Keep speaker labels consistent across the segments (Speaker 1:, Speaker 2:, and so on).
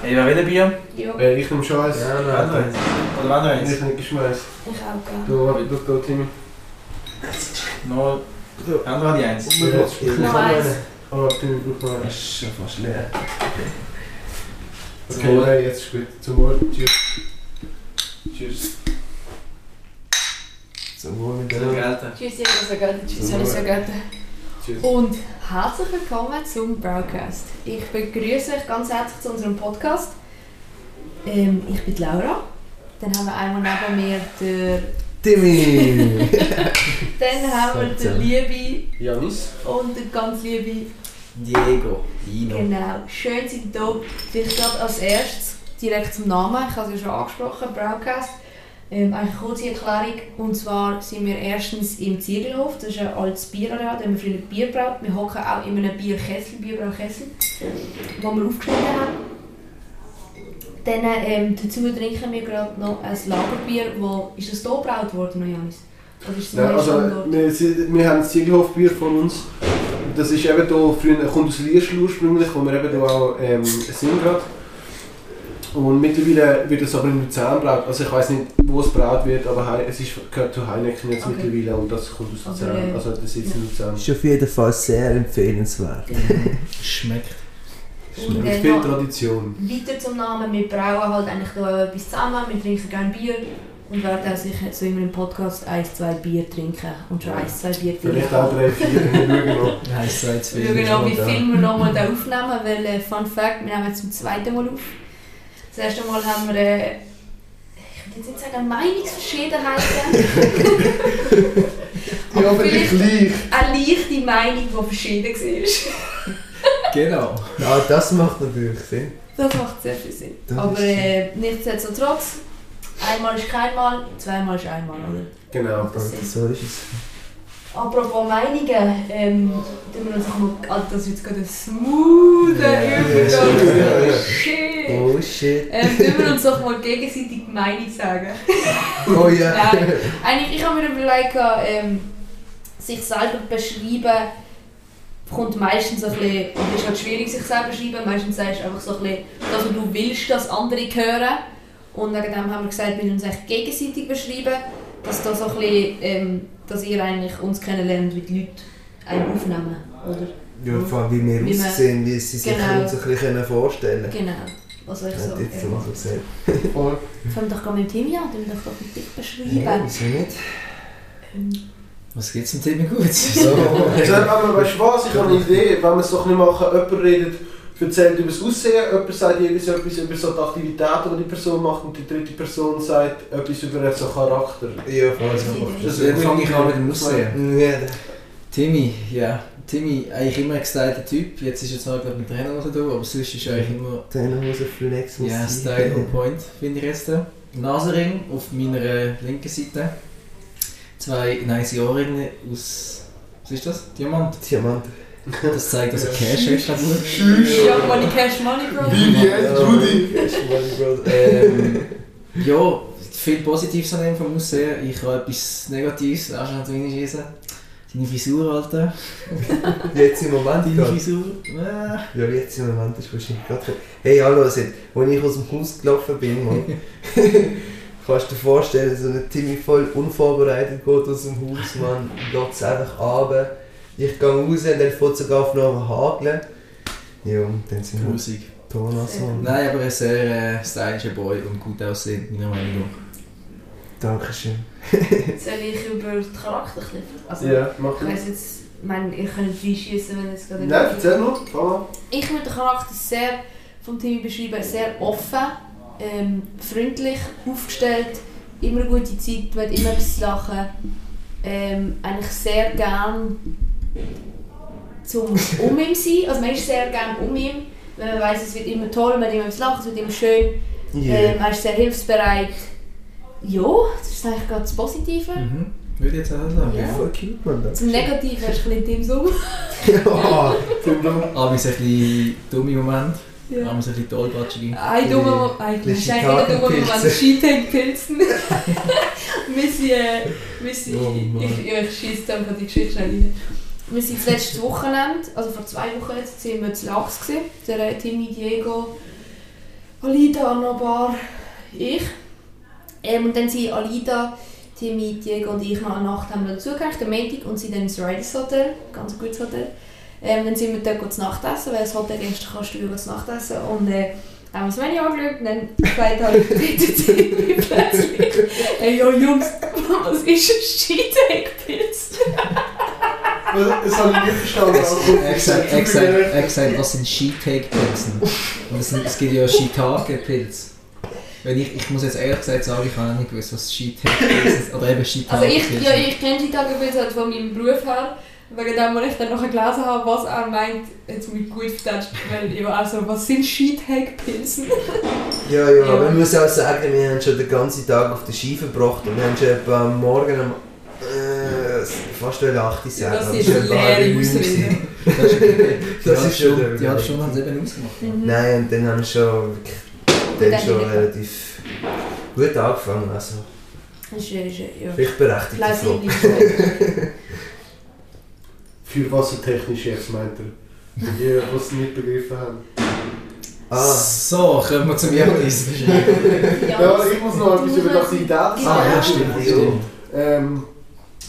Speaker 1: Hey, wer will ein Bier?
Speaker 2: Jo,
Speaker 3: Wer ich im Scheiß?
Speaker 4: Ja,
Speaker 1: Oder
Speaker 4: nein.
Speaker 1: wenn noch
Speaker 3: Wenn ich
Speaker 1: eins?
Speaker 3: nicht geschmeißt.
Speaker 2: ich auch gerne.
Speaker 3: Du, warte, du, du, Timmy.
Speaker 1: Noch. Dann noch die eins.
Speaker 3: Und wir
Speaker 4: Ja.
Speaker 3: Ich
Speaker 2: Noch
Speaker 3: hab
Speaker 2: eins.
Speaker 3: einen. Oh, Timmy, braucht noch einen.
Speaker 4: Das ist schon fast leer.
Speaker 3: Okay, nein, jetzt ist gut. Zum Wohl. Tschüss.
Speaker 1: Tschüss.
Speaker 4: Zum Wohl mit
Speaker 1: Das
Speaker 4: der
Speaker 1: Geld.
Speaker 2: Tschüss, ihr so gerne. Tschüss, ihr so gerne.
Speaker 3: Tschüss.
Speaker 2: Und herzlich willkommen zum Broadcast. Ich begrüße euch ganz herzlich zu unserem Podcast. Ähm, ich bin die Laura. Dann haben wir einmal neben mir den.
Speaker 4: Timmy!
Speaker 2: Dann haben wir den
Speaker 4: Seltsam.
Speaker 2: Liebe
Speaker 3: Janis.
Speaker 2: und den ganz Liebe.
Speaker 4: Diego. Dino.
Speaker 2: Genau, schön sind ihr da. Vielleicht gerade als erstes direkt zum Namen. Ich habe es ja schon angesprochen, Broadcast. Ähm, eine kurze Erklärung. Und zwar sind wir erstens im Ziegelhof. Das ist ein altes Bierrad, da haben wir früher dus Bier gebraut. Wir hocken auch in einem Bierkessel, Bierbraukessel, wo wir aufgeschnitten haben. Dann ähm, dazu trinken wir gerade noch ein Lagerbier. Wo, ist das hier gebraut worden, noch, Janis? Oder ist es
Speaker 3: Nein,
Speaker 2: ein neuer
Speaker 3: also,
Speaker 2: Standort?
Speaker 3: wir, sind- wir haben das Ziegelhofbier von uns. Das ist eben hier, früher kommt aus Lierschl ursprünglich, wo wir eben hier auch ähm, sind gerade. Und mittlerweile wird es aber in Luzern braut. Also ich weiß nicht, wo es braut wird, aber Hei- es ist, gehört zu Heineken jetzt
Speaker 2: Okay.
Speaker 3: mittlerweile und das kommt aus Luzern.
Speaker 2: Aber, äh,
Speaker 3: Also das ist in Luzern.
Speaker 4: Ist auf jeden Fall sehr empfehlenswert.
Speaker 1: Schmeckt.
Speaker 2: Und
Speaker 3: Mit
Speaker 2: dann
Speaker 3: viel
Speaker 2: noch
Speaker 3: Tradition.
Speaker 2: weiter zum Namen. Wir brauen halt eigentlich da auch etwas zusammen. Wir trinken gerne Bier und werden auch sicher so immer im Podcast ein, zwei Bier trinken und schon ein, zwei Bier
Speaker 3: Vielleicht auch
Speaker 2: trinken.
Speaker 3: drei, vier, wir schauen noch.
Speaker 4: Nein, so jetzt
Speaker 2: Wir schauen
Speaker 5: genau,
Speaker 2: auch, wie viel wir nochmal da aufnehmen, weil äh, Fun Fact, wir nehmen zum zweiten Mal auf. Das erste Mal haben wir, äh, ich würde jetzt nicht sagen, Meinungsverschiedenheiten,
Speaker 3: Die aber
Speaker 2: vielleicht-
Speaker 3: gleich.
Speaker 2: eine leichte Meinung, die verschieden war.
Speaker 4: Genau. Ja, das macht natürlich Sinn.
Speaker 2: Das macht sehr viel Sinn.
Speaker 4: Das
Speaker 2: Aber
Speaker 4: ist schön.
Speaker 2: äh, nichtsdestotrotz, einmal ist kein Mal, zweimal ist einmal, oder?
Speaker 3: Genau.
Speaker 2: Das ist-
Speaker 4: So ist es.
Speaker 2: Apropos Meinungen, ähm, tun wir uns doch mal, ah, das wird jetzt gerade ein smoother
Speaker 4: Ja,
Speaker 2: Übergang.
Speaker 3: ja, ja.
Speaker 2: Shit.
Speaker 4: Oh shit.
Speaker 2: Ähm, tun wir uns doch mal gegenseitig die Meinung sagen.
Speaker 4: Oh ja.
Speaker 2: Nein. Ähm, Eigentlich, ich habe mir überlegt, ähm, sich selber beschreiben, kommt meistens so ein bisschen, und ist halt schwierig, sich selber beschreiben, meistens sagst du einfach so ein bisschen, dass du willst, dass andere hören. Und wegen dem haben wir gesagt, wir uns eigentlich gegenseitig beschreiben, dass da so ein bisschen, ähm, dass ihr eigentlich uns kennenlernt, wie die Leute einen aufnehmen, oder?
Speaker 4: Ja, vor allem wie wir
Speaker 2: Wie wir-
Speaker 4: aussehen, wie sie sich
Speaker 2: Genau.
Speaker 4: uns ein bisschen vorstellen können.
Speaker 2: Genau. Also ich so,
Speaker 4: Hat jetzt
Speaker 2: ähm,
Speaker 4: mal so gesehen.
Speaker 3: Voll.
Speaker 2: fangen wir doch gerade mit dem Timmy an, dann doch doch mit dich
Speaker 4: Ja,
Speaker 2: beschreiben.
Speaker 4: wieso nicht?
Speaker 2: Ähm,
Speaker 5: Was geht's dem Thema gut?
Speaker 3: Also, aber weißt du was, ich habe eine Idee, wenn wir es doch nicht machen, jemand redet, erzählt über das Aussehen, jemand sagt jeweils etwas über so die Aktivitäten, die die Person macht und die dritte Person sagt etwas über so Charakter.
Speaker 4: Ja, also, voll.
Speaker 3: Das
Speaker 5: Dann fange Also, ich an mit dem Aussehen.
Speaker 4: Ja,
Speaker 5: Timmy, ja. Timmy, eigentlich immer ein gestylte Typ. Jetzt ist jetzt noch glaub, mit Trainerhose da, aber sonst ist eigentlich immer
Speaker 4: dann muss ich Flex muss
Speaker 5: ja,
Speaker 4: sein.
Speaker 5: Style on Point, finde ich jetzt. da. Nasenring auf meiner äh, linken Seite. Zwei nice Ohrringe aus. Was ist das? Diamant.
Speaker 4: Diamant.
Speaker 5: Das zeigt, dass er Cash ist. glaub ich.
Speaker 2: Young Money Cash Money Bro.
Speaker 3: BBS,
Speaker 5: ähm, ja, viel Positives an dem vom Aussehen. Ich habe etwas Negatives, auch schon zu wenig gesehen. Seine Frisur, Alter.
Speaker 4: Jetzt im Moment
Speaker 5: Deine
Speaker 4: gerade.
Speaker 5: Frisur. Ah.
Speaker 4: Ja, jetzt im Moment ist wahrscheinlich gerade. Hey, hallo, als ich aus dem Haus gelaufen bin, Mann, kannst du dir vorstellen, so ein Timmy voll unvorbereitet geht aus dem Haus, Mann, lässt es einfach runter. Ich gehe raus und dann fährt sogar auf noch einen Hageln. Ja, und dann sind wir
Speaker 5: Grusig.
Speaker 4: Thomas, Mann.
Speaker 5: Nein, aber ein sehr äh, stylischer Boy und gut aussehend, meiner Meinung
Speaker 4: Dankeschön.
Speaker 2: Soll ich über den Charakter ein bisschen- Also,
Speaker 3: Ja, mach
Speaker 2: ich
Speaker 3: ich.
Speaker 2: weiss jetzt, ich meine, ihr könnt reinschiessen, wenn es gerade
Speaker 3: Nein, erzähl nur. Fang an.
Speaker 2: Ich würde den Charakter sehr, vom Timmy beschreiben, sehr offen, ähm, freundlich, aufgestellt, immer gute Zeit, will immer etwas lachen. Ähm, eigentlich sehr gern zum um ihm sein. Also man ist sehr gern um ihm, wenn man weiss, es wird immer toll, man hat immer etwas lachen, es wird immer schön.
Speaker 4: Yeah.
Speaker 2: Ähm, er ist sehr hilfsbereit. Ja, das ist eigentlich gerade das Positive.
Speaker 5: nach. Mhm. Würde ich jetzt auch sagen.
Speaker 2: Ja.
Speaker 4: Voll cute, Mann. danke.
Speaker 2: Zum Negativen hast du ein bisschen Summe.
Speaker 4: Ja.
Speaker 3: Tim,
Speaker 5: Abends Ah, ein bisschen dumme Moment,
Speaker 2: Ja.
Speaker 5: abends ein bisschen tollpatschige.
Speaker 2: Ein dummer Moment, ein
Speaker 4: bisschen
Speaker 2: kleiner dummer Moment,
Speaker 4: Kartenpilze.
Speaker 2: Skitag-Pilzen. wir sind, äh, wir sind,
Speaker 4: Oh Mann.
Speaker 2: ich, ja, ich schieße einfach die Geschichte schnell rein. Wir sind das letzte Wochenende, also vor zwei Wochen jetzt, sind wir zu Lachs gewesen. Der äh, Timmy, Diego, Alida, Annabar, ich. Ähm, und dann sind Alida, Timmy, Diego und ich noch eine Nacht haben wir dazugehängt, am Montag, und sind dann ins Riders Hotel, ganz ein gutes Hotel. Ähm, dann sind wir dort gut zu Nacht essen, weil das Hotel gestern kannst du gut zu Nacht essen. Und äh, dann haben wir das Menü angeschaut und dann gesagt halt, bitte Timmy plötzlich, hey, yo Jungs, was ist ein Scheidegpilz?
Speaker 3: Das habe ich nicht verstanden. aber-
Speaker 5: Er hat gesagt, er hat gesagt, er hat gesagt, was sind Skitag-Pilze? Und es, sind- es gibt ja Skitage-Pilze. Wenn ich, ich muss jetzt ehrlich gesagt sagen, ich habe nicht gewusst, was Skitag-Pilze sind. Oder eben
Speaker 2: Also
Speaker 5: Skitage-Pilze
Speaker 2: ich, ja, ich kenne Scheidegpilz halt von meinem Beruf her. Wegen dem, wo ich dann nachher gelesen habe, was er meint, hat es mich gut vertauscht, weil ich war auch so, was sind Scheidegpilzen?
Speaker 3: Mhm.
Speaker 4: Ja, ja,
Speaker 2: Ja.
Speaker 4: aber man muss auch sagen, wir haben schon den ganzen Tag auf der Ski verbracht und wir haben schon etwa am Morgen um äh, fast wollen 8 Uhr sagen.
Speaker 2: Das
Speaker 4: aber
Speaker 2: ist
Speaker 4: schon
Speaker 2: leere
Speaker 4: halb neun gewesen.
Speaker 2: Ausrede.
Speaker 5: Das ist,
Speaker 4: Das
Speaker 5: die
Speaker 4: ist schon
Speaker 5: Halbstunde-
Speaker 4: der-
Speaker 5: Die halbe Stunde haben sie eben ausgemacht.
Speaker 4: Nein, und dann haben wir schon, wirklich-
Speaker 2: Mhm. Dann
Speaker 4: dann schon
Speaker 2: wieder.
Speaker 4: relativ gut angefangen. Also,
Speaker 2: Das ist, ist, ja.
Speaker 4: vielleicht berechtigt davon.
Speaker 2: Plausibel. schon.
Speaker 3: Für wassertechnisch jetzt, meint er. Die, die es nicht begriffen haben.
Speaker 4: Ah,
Speaker 5: So, kommen wir zum Jonas.
Speaker 3: Ja, ich muss noch etwas über die Aktivität sagen.
Speaker 5: Ah, ja, stimmt. stimmt.
Speaker 3: Ähm,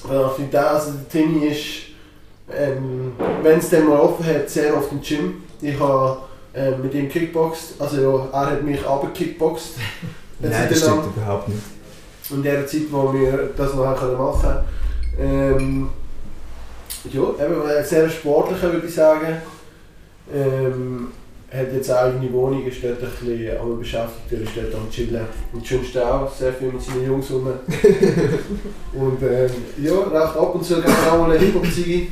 Speaker 3: weil auf die also der Timmy ist, ähm, wenn es dann mal offen hat, sehr oft im Gym. Ich habe ähm, mit ihm kickboxt, also ja, er hat mich runtergekickboxt. Eine
Speaker 4: nein,
Speaker 3: Zeit
Speaker 4: das
Speaker 3: lang.
Speaker 4: stimmt überhaupt nicht.
Speaker 3: in der Zeit, wo wir das noch haben können machen ähm, ja, eben weil er sehr sportlicher würde ich sagen. Ähm, hat jetzt auch eigene Wohnung, ist dort ein bisschen einmal beschäftigt, er ist dort am chillen. Und schönst auch sehr viel mit seinen Jungs rum. und ähm, ja, recht ab und zu gehen wir auch mal eine Hip-Hop-Ziege.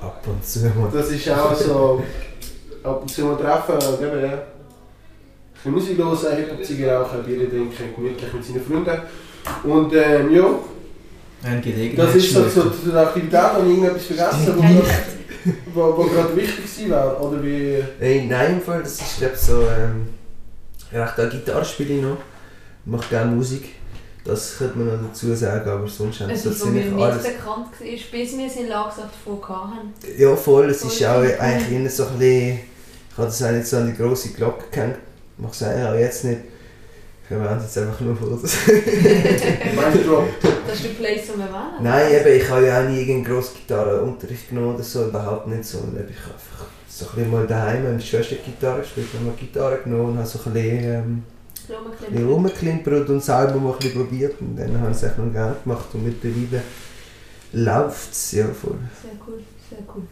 Speaker 4: Ab und zu mal.
Speaker 3: Das ist auch so, ab und zu mal treffen und eben, ja. Ein bisschen Musik hören, Hip-Hop-Ziege rauchen, Bier trinken, gemütlich mit seinen Freunden. Und ähm, ja,
Speaker 5: Ein Gelegenheit.
Speaker 3: das ist so zu zu der Aktivität, habe ich irgendetwas vergessen, wo, grad- wo, wo gerade wichtig gewesen wäre, oder wie...
Speaker 4: Ey, nein, im Äh, Fall, das ist glaub so, ähm, recht auch Gitarre spiele ich noch. Mache gerne Musik. Das könnte man noch dazu sagen, aber sonst haben wir
Speaker 2: Es
Speaker 4: so
Speaker 2: ist, wo mir
Speaker 4: ziemlich
Speaker 2: nicht
Speaker 4: alles.
Speaker 2: bekannt war, bis wir es in Lagschaft davon hatten.
Speaker 4: Ja, voll. Es ist
Speaker 2: Voll.
Speaker 4: auch eigentlich immer so ein bisschen. Ich habe das auch nicht so an die grosse Glocke gehängt. Ich mache es eigentlich auch jetzt nicht. Ich erwähne es jetzt einfach nur vor.
Speaker 3: Meinst du,
Speaker 2: Das ist der Place, den wir wählen.
Speaker 4: Nein, eben, ich habe ja auch nie irgendeinen grossen Gitarrenunterricht genommen oder so. Überhaupt nicht, sondern eben, ich habe einfach so ein bisschen mal daheim. Meine Schwester hat Gitarre gespielt, dann mal Gitarre genommen und habe so ein bisschen. Ähm,
Speaker 2: Blumenklimpern.
Speaker 4: bisschen rumgeklimpert und selber mal ein bisschen probiert und dann habe ich es echt noch gerne gemacht und mittlerweile läuft es ja voll.
Speaker 2: Sehr cool, sehr cool.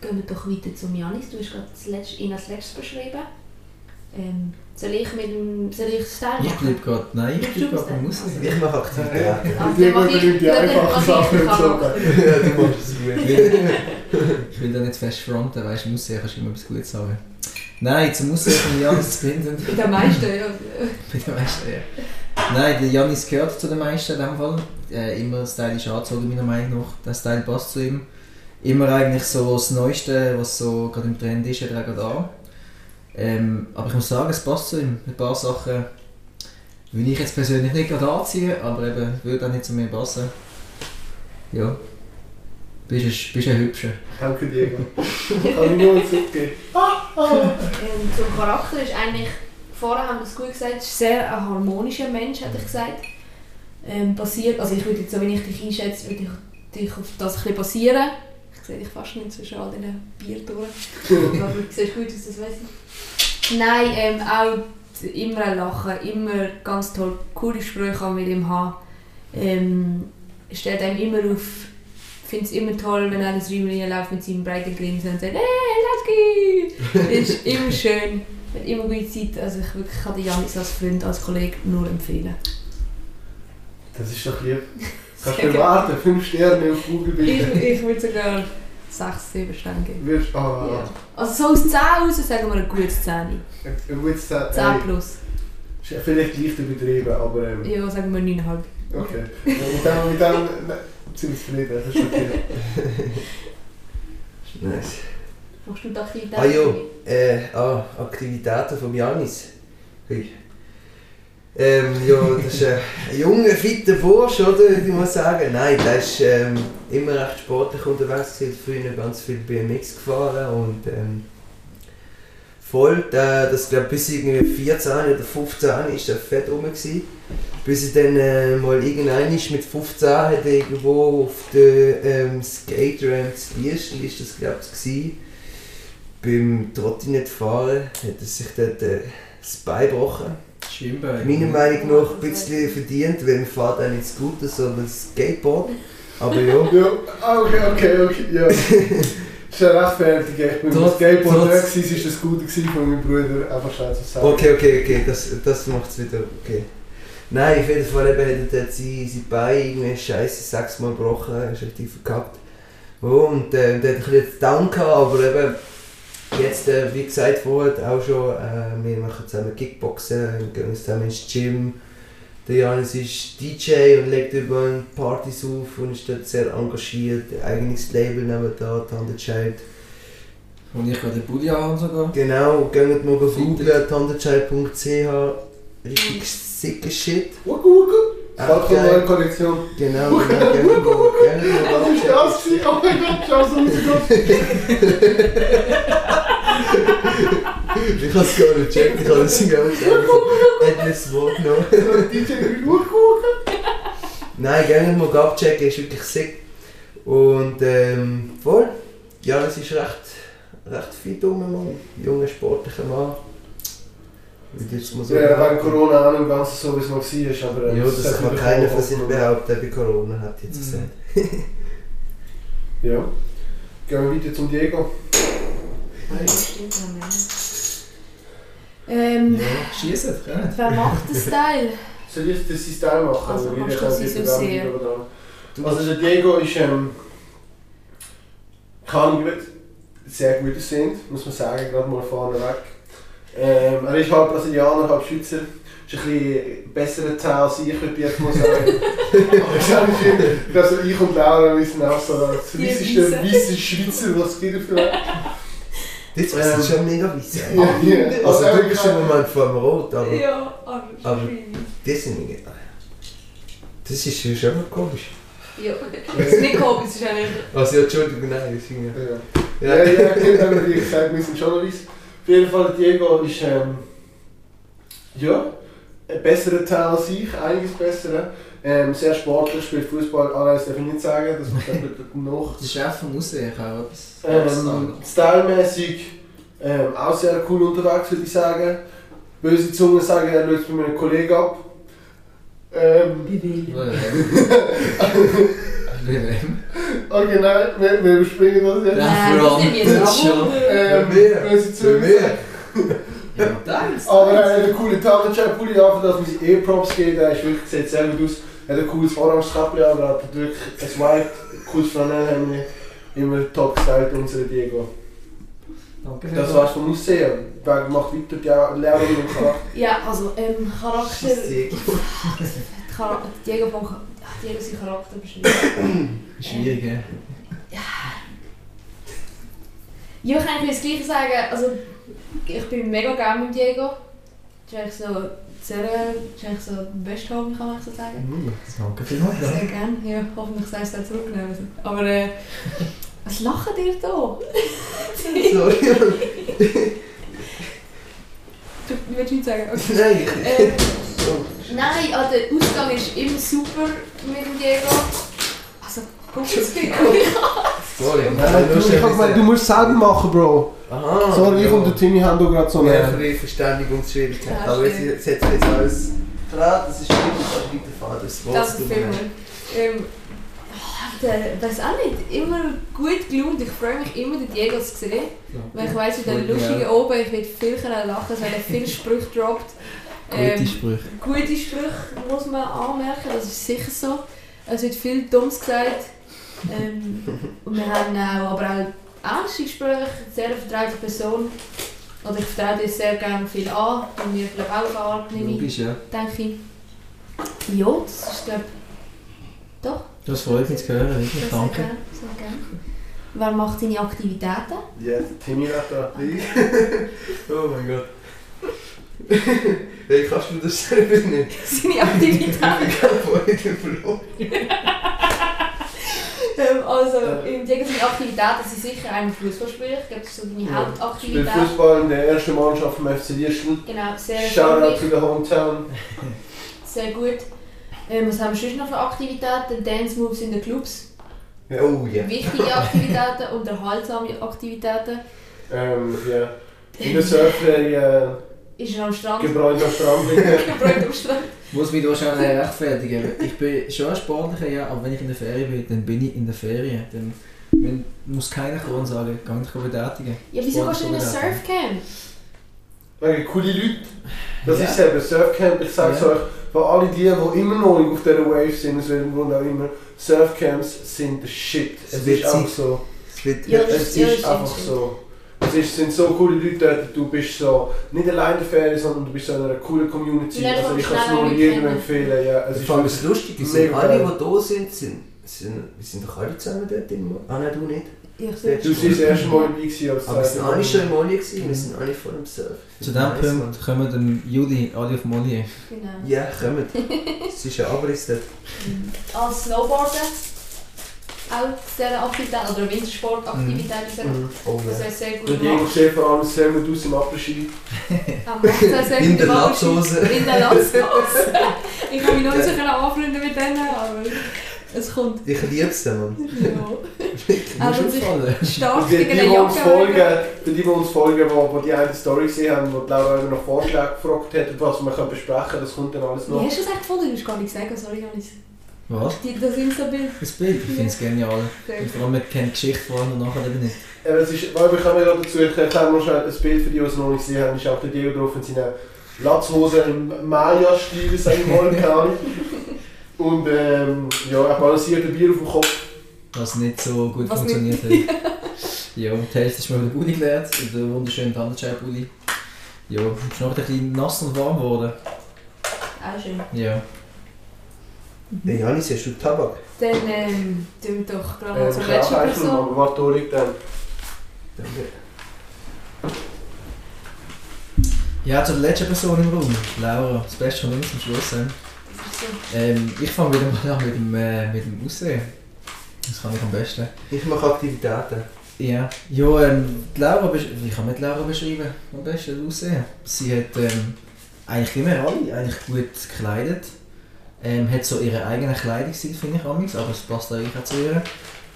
Speaker 2: Gehen wir doch weiter zum Janis. Du hast gerade das letzte, ihn als letztes beschrieben. Ähm, soll ich mit dem, soll ich Style
Speaker 5: Ich
Speaker 2: machen?
Speaker 5: bleib gerade, nein, ich bleib gerade beim Ausgang.
Speaker 4: Ich mache Aktivitäten.
Speaker 2: Ah,
Speaker 3: Die
Speaker 2: dann mach ich-
Speaker 3: übernimmt die
Speaker 2: ja, dann
Speaker 3: einfachen
Speaker 2: mach ich
Speaker 3: Sachen
Speaker 2: den
Speaker 3: und so.
Speaker 2: Charakter.
Speaker 4: ja, du machst es gut.
Speaker 5: Ich will, ich will da nicht fest fronten, weißt du, im Aussehen kannst du immer etwas Gutes sagen. Nein, zum Aussehen von Janis zu binden.
Speaker 2: Mit den meisten, ja.
Speaker 5: Bei den meisten, ja. Nein, der Janis gehört zu den meisten in dem Fall. Äh, immer stylisch angezogen, meiner Meinung nach. Der Style passt zu ihm. Immer eigentlich so das Neueste, was so gerade im Trend ist, hat er auch gerade an. Ähm, aber ich muss sagen, es passt zu ihm. Ein paar Sachen würde ich jetzt persönlich nicht gerade anziehen, aber eben würde auch nicht zu mir passen. Ja. Bist ein, bist ein hübscher.
Speaker 3: Danke dir. Kann ich nur einen Tipp geben.
Speaker 2: Ähm, zum Charakter ist eigentlich, vorher haben wir es gut gesagt, ist sehr ein harmonischer Mensch, hätte ich gesagt. Ähm, basiert, also ich würde jetzt, so wenn ich dich einschätze, würde ich dich auf das ein bisschen basieren. Ich sehe dich fast nicht zwischen all diesen Biertoren. Aber du siehst gut aus, das weiß ich. Nein, ähm, auch d- immer ein Lachen, immer ganz toll, coole Sprüche auch mit ihm haben. Ähm, stellt einem immer auf, finde es immer toll, wenn er ins Räumchen läuft mit seinem breiten Grinsen und sagt, hey, let's go! ist immer schön, hat immer gute Zeit. Also ich wirklich kann den Janis als Freund, als Kollege nur empfehlen.
Speaker 3: Das ist doch lieb. Kannst du warten, 5 Sterne auf Google
Speaker 2: Ich,
Speaker 3: bitte.
Speaker 2: ich würde sogar 6, 7 Sterne geben.
Speaker 3: Wirst du...
Speaker 2: Ja.
Speaker 3: Ah,
Speaker 2: Also so aus 10 raus sagen wir eine gute 10.
Speaker 3: ich würde sagen,
Speaker 2: 10
Speaker 3: ey,
Speaker 2: plus.
Speaker 3: ist vielleicht leicht übertrieben, aber ähm,
Speaker 2: Ja, sagen wir 9,5.
Speaker 3: okay. Mit dem, mit dem nein, sind wir zufrieden, das ist okay.
Speaker 4: Nice.
Speaker 2: Machst du die Aktivität?
Speaker 4: Ah ja, äh, ah, Aktivitäten von Janis. Hui. Ähm, ja, das ist ein junger, fitter Bursch, oder? Ich muss sagen. Nein, der ist ähm, immer recht sportlich unterwegs gewesen. Früher ganz viel BMX gefahren und ähm, Voll, der, das glaube bis ich irgendwie 14 oder 15 ist der fett rum gewesen. Bis ich dann äh, mal irgendein ist mit 15 hat er irgendwo auf der ähm, Skateramp zu Liestl, ist das glaube ich gewesen. Beim Trottinett fahren hat er sich dort äh, das Bein gebrochen.
Speaker 5: Schwimmbein.
Speaker 4: Meiner Meinung nach ein bisschen verdient, weil man fährt auch nicht Scooter, sondern Skateboard. Aber ja.
Speaker 3: Ja, ah, okay, okay, okay, ja. Ist ja rechtfertig, ich bin mit
Speaker 5: Trotz-
Speaker 3: Skateboard
Speaker 5: trotz-
Speaker 3: unterwegs, gewesen, es war das Gute gewesen von meinem Bruder, einfach schnell zu sagen.
Speaker 4: Okay, okay, okay, das, das macht es wieder okay. Nein, auf jeden Fall eben hat er dort sein, sein Bein irgendwie scheiße sechsmal gebrochen, er ist richtig verkackt. Oh, und äh, der hat ein bisschen zu down gehabt, aber eben jetzt, äh, wie gesagt vorher, auch schon, äh, wir machen zusammen Kickboxen, gehen zusammen ins Gym. Der Janis ist DJ und legt über Partys auf und ist dort sehr engagiert, eigenes Label neben da, Thunder Child.
Speaker 5: Und ich gehe den Bulli an sogar.
Speaker 4: Genau, geht mal
Speaker 5: Seite.
Speaker 4: googlen, thunderchild.ch.
Speaker 3: Hm.
Speaker 4: Richtig sicker Shit.
Speaker 3: Wuku, wuku. Falco
Speaker 4: Abgeil.
Speaker 3: neue Kollektion.
Speaker 4: Genau, genau, geht mal- geht mal
Speaker 3: Das ist
Speaker 4: abchecken.
Speaker 3: das gewesen, oh mein Gott, schau so rausgekommen.
Speaker 4: Ich hab's gar nicht gecheckt, ich hab das gar nicht gecheckt. Endless Wort genommen.
Speaker 3: DJ, wuku.
Speaker 4: Nein, gerne mal abchecken, ist wirklich sick. Und ähm, voll. Ja, das ist recht, recht viel dumme Mann. Junger, sportlicher Mann. Würde ich jetzt mal so
Speaker 3: Ja, wegen
Speaker 4: sagen.
Speaker 3: Corona auch im Ganzen so, wie es mal war, aber... äh,
Speaker 4: Ja, das
Speaker 3: sollte
Speaker 4: kann
Speaker 3: man
Speaker 4: keiner
Speaker 3: davon
Speaker 4: von sich
Speaker 3: abkommen.
Speaker 4: behaupten, der bei Corona hat jetzt
Speaker 5: Mhm.
Speaker 4: gesagt.
Speaker 3: Ja. Gehen wir weiter zum Diego.
Speaker 2: Stimmt, Ah, ja, nein. Ähm,
Speaker 5: Schießen, gell?
Speaker 2: wer macht das Teil?
Speaker 3: Soll ich das sein Teil machen?
Speaker 2: Also,
Speaker 3: Oder
Speaker 2: machst
Speaker 3: jeder
Speaker 2: du
Speaker 3: kann
Speaker 2: sie
Speaker 3: wieder
Speaker 2: so
Speaker 3: dann
Speaker 2: sehr?
Speaker 3: wieder dran. Also der Diego ist, ähm, kann gut, sehr gut aussehend, muss man sagen, gerade mal vorne weg. Ähm, er ist halb Brasilianer, halb Schweizer, ist ein bisschen besser Zähne als ich, würde ich jetzt mal sagen. Aber ich sage nicht, also ich und Laura, wir sind auch so das
Speaker 2: Die
Speaker 3: weisseste,
Speaker 2: Weissen.
Speaker 3: weisse Schweizer, was es gibt für mich.
Speaker 4: Das ist
Speaker 3: Ähm,
Speaker 4: schon mega weiss.
Speaker 3: ja, ja.
Speaker 4: Also
Speaker 3: Also,
Speaker 4: du bist im Moment vor dem Rot, aber
Speaker 2: Ja, aber
Speaker 4: Aber-
Speaker 2: schwierig.
Speaker 4: das sind nicht. Das ist ja schon mal komisch.
Speaker 2: Ja, das ist nicht komisch, das ist eigentlich...
Speaker 4: Also ja, Entschuldigung, nein, das ist irgendwie-
Speaker 3: Ja. Ja,
Speaker 4: Ja.
Speaker 3: ja, ja, ich habe dir gesagt, wir sind Journalist. Auf jeden Fall, Diego ist, ähm, ja, ein besserer Teil als ich, einiges besserer. Ähm, sehr sportlich, spielt Fußball, alles darf ich nicht sagen, das macht er noch.
Speaker 5: Der Chef vom Aussehen kann auch etwas
Speaker 3: Ähm, stylemäßig ähm, auch sehr cool unterwegs, würde ich sagen. Böse Zungen sagen, er löst mit meinem Kollegen ab. Ähm,
Speaker 2: Bei wem?
Speaker 5: Bei wem? Bei wem?
Speaker 3: okay, nein, wir, wir überspringen Äh, das jetzt.
Speaker 2: Nein, das nimmt jetzt
Speaker 5: Das schon.
Speaker 2: ab.
Speaker 3: Ähm,
Speaker 4: Bei mir?
Speaker 3: böse
Speaker 4: Für
Speaker 3: Zungen
Speaker 4: mich?
Speaker 3: sagen-
Speaker 5: Ja, das.
Speaker 3: Aber äh, er hat eine coole Tarnchap-Pulli an, für das man eh Props geben. Er ist wirklich, sieht sehr gut aus. Er hat ein cooles oranges Kappli an, er hat wirklich ein White, cooles Flanellhemd. Immer top gestylt, unser Diego.
Speaker 5: Danke
Speaker 3: Das war's vom Aussehen. Wer macht weiter die Lehrerin und Charakter?
Speaker 2: Ja, also ähm, Charakter...
Speaker 4: Sehr gut.
Speaker 2: die Chara- Diego von... Ach, Diego sein Charakter beschreiben.
Speaker 5: Schwierig, ja.
Speaker 2: Ja, ich kann eigentlich das Gleiche sagen. Also, ich bin mega gerne mit Diego. Das ist eigentlich so... Sehr, das ist eigentlich so der beste Hobby, kann man so sagen.
Speaker 5: Danke vielmals.
Speaker 2: Sehr gerne. Ja, hoffentlich sagst du es auch zurücknehmen. Also, Aber äh, was lachen dir da?
Speaker 4: Sorry.
Speaker 2: Du willst nicht sagen? Okay.
Speaker 4: Nein, ich-
Speaker 2: Äh, nein, ah, der Ausgang ist immer super mit dem Diego. Also, guck es dir an.
Speaker 4: sorry.
Speaker 3: Nein, du, ich hab gemeint, du musst selber machen, Bro.
Speaker 4: Aha.
Speaker 3: Sorry, ich
Speaker 4: ja.
Speaker 3: und der Timmy haben da gerade so
Speaker 4: Ja, ein
Speaker 3: eine...
Speaker 4: bisschen Verständigungsschwierigkeit.
Speaker 2: Ja,
Speaker 4: Aber jetzt
Speaker 2: stimmt.
Speaker 4: jetzt hat jetzt alles klar, das ist wirklich fast wie der Vater. Das war's,
Speaker 2: Das
Speaker 4: du
Speaker 2: ist viel
Speaker 4: meinst.
Speaker 2: mehr. Ähm, ah, der, weiß auch nicht, immer gut gelaunt. Ich freue mich immer, den Diego zu sehen. Weil ich weiss, mit den
Speaker 5: Freut mich
Speaker 2: lustigen oben, ich werde viel können lachen, es werden viele Sprüche gedroppt. Ähm,
Speaker 5: Gute Sprüche.
Speaker 2: Gute Sprüche muss man anmerken, das ist sicher so. Es wird viel Dummes gesagt. Ähm, und wir haben auch, aber auch ernste Gespräche, sehr vertraute Person. Oder ich vertraue dir sehr gerne viel an, und mir vielleicht auch gar nehme ich,
Speaker 5: Logisch, ja.
Speaker 2: denke ich. Ja, das ist glaube doch.
Speaker 5: Das freut mich zu hören,
Speaker 2: das
Speaker 5: wirklich.
Speaker 2: ist
Speaker 5: Danke.
Speaker 2: Sehr gerne, sehr gerne. Wer macht seine Aktivitäten?
Speaker 3: Ja, der Timmy hat da...
Speaker 4: Oh mein Gott. Hey, kannst du mir das selber nicht?
Speaker 2: Seine Aktivitäten?
Speaker 4: Ich hab vorhin verloren.
Speaker 2: Ähm, also
Speaker 3: Äh.
Speaker 2: im Gegensatz zu Aktivitäten sind sicher einmal Fußball spielen. Ich glaube, das ist so deine
Speaker 3: Ja. Spielt
Speaker 2: Hauptaktivität.
Speaker 3: Fußball in der ersten Mannschaft vom FC Liestl.
Speaker 2: Genau, sehr
Speaker 3: Shoutout
Speaker 2: erfolgreich,
Speaker 3: zu der Hometown.
Speaker 2: sehr gut. Ähm, was haben wir sonst noch für Aktivitäten? Dance Moves in den Clubs,
Speaker 4: Oh ja.
Speaker 2: wichtige Aktivitäten, unterhaltsame Aktivitäten.
Speaker 3: Ähm, ja. In der Surfferien
Speaker 2: Ist er am
Speaker 3: äh,
Speaker 2: Strand?
Speaker 3: gebräunt auf Strandlinien.
Speaker 2: Gebräunt am Strand.
Speaker 5: muss mich da schon äh, rechtfertigen. Ich bin schon ein Sportlicher, ja, aber wenn ich in der Ferien bin, dann bin ich in der Ferien. Dann wenn, muss keiner kommen und sagen, geh dich betätigen.
Speaker 2: Ja, wieso gehst du in ein
Speaker 5: Sportler.
Speaker 2: Surfcamp?
Speaker 3: Wegen coole Leute. Das
Speaker 5: Ja.
Speaker 3: ist eben Surfcamp. Ich sage es
Speaker 5: Ja.
Speaker 3: euch, für alle die, die immer noch nicht auf dieser Wave sind, aus welchem Grund auch immer, Surfcamps sind der Shit.
Speaker 4: Es
Speaker 3: Es
Speaker 4: wird
Speaker 3: ist einfach
Speaker 4: Zeit.
Speaker 3: so.
Speaker 4: Es wird
Speaker 2: Ja, das
Speaker 3: Es
Speaker 2: ja, das
Speaker 3: ist
Speaker 2: stimmt,
Speaker 3: einfach
Speaker 2: stimmt.
Speaker 3: so. Es ist, sind so coole Leute dort, du bist so nicht allein in der Ferien, sondern du bist so in einer coolen Community.
Speaker 2: Ja,
Speaker 3: Also
Speaker 2: du
Speaker 3: ich kann es
Speaker 2: schnell
Speaker 3: nur
Speaker 2: Leute
Speaker 3: jedem
Speaker 2: kennen.
Speaker 3: empfehlen. Ja, es
Speaker 4: Also Ich
Speaker 3: ist
Speaker 4: fand
Speaker 3: wirklich
Speaker 4: es lustig, die sind
Speaker 3: mega
Speaker 4: alle,
Speaker 3: geil.
Speaker 4: die da sind, sind, sind, wir sind doch alle zusammen dort im Oli. Ah nein, du nicht.
Speaker 2: Ja, ich
Speaker 4: Du
Speaker 3: Du warst das Mhm. erste Mal dabei gewesen, als
Speaker 4: Aber wir sind alle schon
Speaker 3: Surfer.
Speaker 4: im Oli gewesen, wir sind alle voll im Surf.
Speaker 5: Zu dem Punkt kommen dann Juli alle auf Molly.
Speaker 2: Genau.
Speaker 4: Ja, kommt. es ist ein Abriss dort.
Speaker 2: Als Snowboarden auch sehr Aktivität oder Wintersportaktivität ist
Speaker 3: Mhm.
Speaker 4: Oh
Speaker 2: das
Speaker 4: ja.
Speaker 2: ist sehr gut
Speaker 3: Und Diego
Speaker 2: gemacht.
Speaker 3: steht vor allem sehr gut aus im Abschied.
Speaker 2: Am Morgen sehr, sehr
Speaker 4: In
Speaker 2: gut
Speaker 4: der
Speaker 2: gemacht.
Speaker 4: Latzhose.
Speaker 2: In der Latzhose. ich habe mich noch nicht so können anfreunden mit denen, aber es kommt.
Speaker 4: Ich liebe es, Mann.
Speaker 2: Ja.
Speaker 5: Muss
Speaker 2: Also sich
Speaker 5: auffallen.
Speaker 2: stark
Speaker 3: Die, die,
Speaker 2: gegen
Speaker 3: die,
Speaker 2: den
Speaker 3: die uns folgen,
Speaker 2: Jacke.
Speaker 3: die, die uns folgen, wo, wo die eine Story gesehen haben, wo die Laura eben noch Vorschläge gefragt hat, was wir können besprechen können, das kommt dann alles
Speaker 2: Wie
Speaker 3: noch.
Speaker 2: hast du das eigentlich gefunden? Du hast gar nicht gesagt, sorry, Janis.
Speaker 5: Was?
Speaker 2: Die- Das Insta-Bild.
Speaker 5: Das Bild? Ich finde es genial.
Speaker 2: Sehr
Speaker 5: Und
Speaker 2: gut.
Speaker 5: vor allem, man kennt die Geschichte vor allem und nachher eben nicht.
Speaker 3: Eben, Äh, es ist, weil wir kommen gerade dazu, ich erkläre noch schnell ein Bild für die, die es noch nicht gesehen haben, ist auch der Diego drauf in seiner Latzhose im Maya-Stil, sage ich mal, keine Ahnung. Und ähm, ja, er balanciert ein Bier auf dem Kopf.
Speaker 5: Was nicht so gut
Speaker 2: Was nicht-
Speaker 5: funktioniert hat. ja, und die Hälfte ist mir mit dem Pulli gelernt, mit dem wunderschönen Tandenschein-Pulli. Ja, ist noch ein bisschen nass und warm geworden.
Speaker 2: Auch schön.
Speaker 5: Ja.
Speaker 4: Hey, Janis, hast du Tabak?
Speaker 2: Dann ähm, tun wir doch gerade
Speaker 3: Ähm,
Speaker 2: noch zur letzten
Speaker 3: Klappeichel,
Speaker 2: Person.
Speaker 3: aber warte, da liegt dann.
Speaker 4: Danke.
Speaker 5: Ja, zur letzten Person im Raum. Laura, das Beste von uns am Schluss. hä?
Speaker 2: Das ist so.
Speaker 5: Ähm, ich fange wieder mal an mit dem, äh, mit dem Aussehen. Das kann ich am besten.
Speaker 4: Ich mache Aktivitäten.
Speaker 5: Ja, ja ähm, die Laura, besch- wie kann man die Laura beschreiben? Am besten aussehen. Sie hat ähm, eigentlich immer alle eigentlich gut gekleidet. Ähm, hat so ihren eigenen Kleidungsstil, finde ich amigs, aber es passt eigentlich auch zu ihr.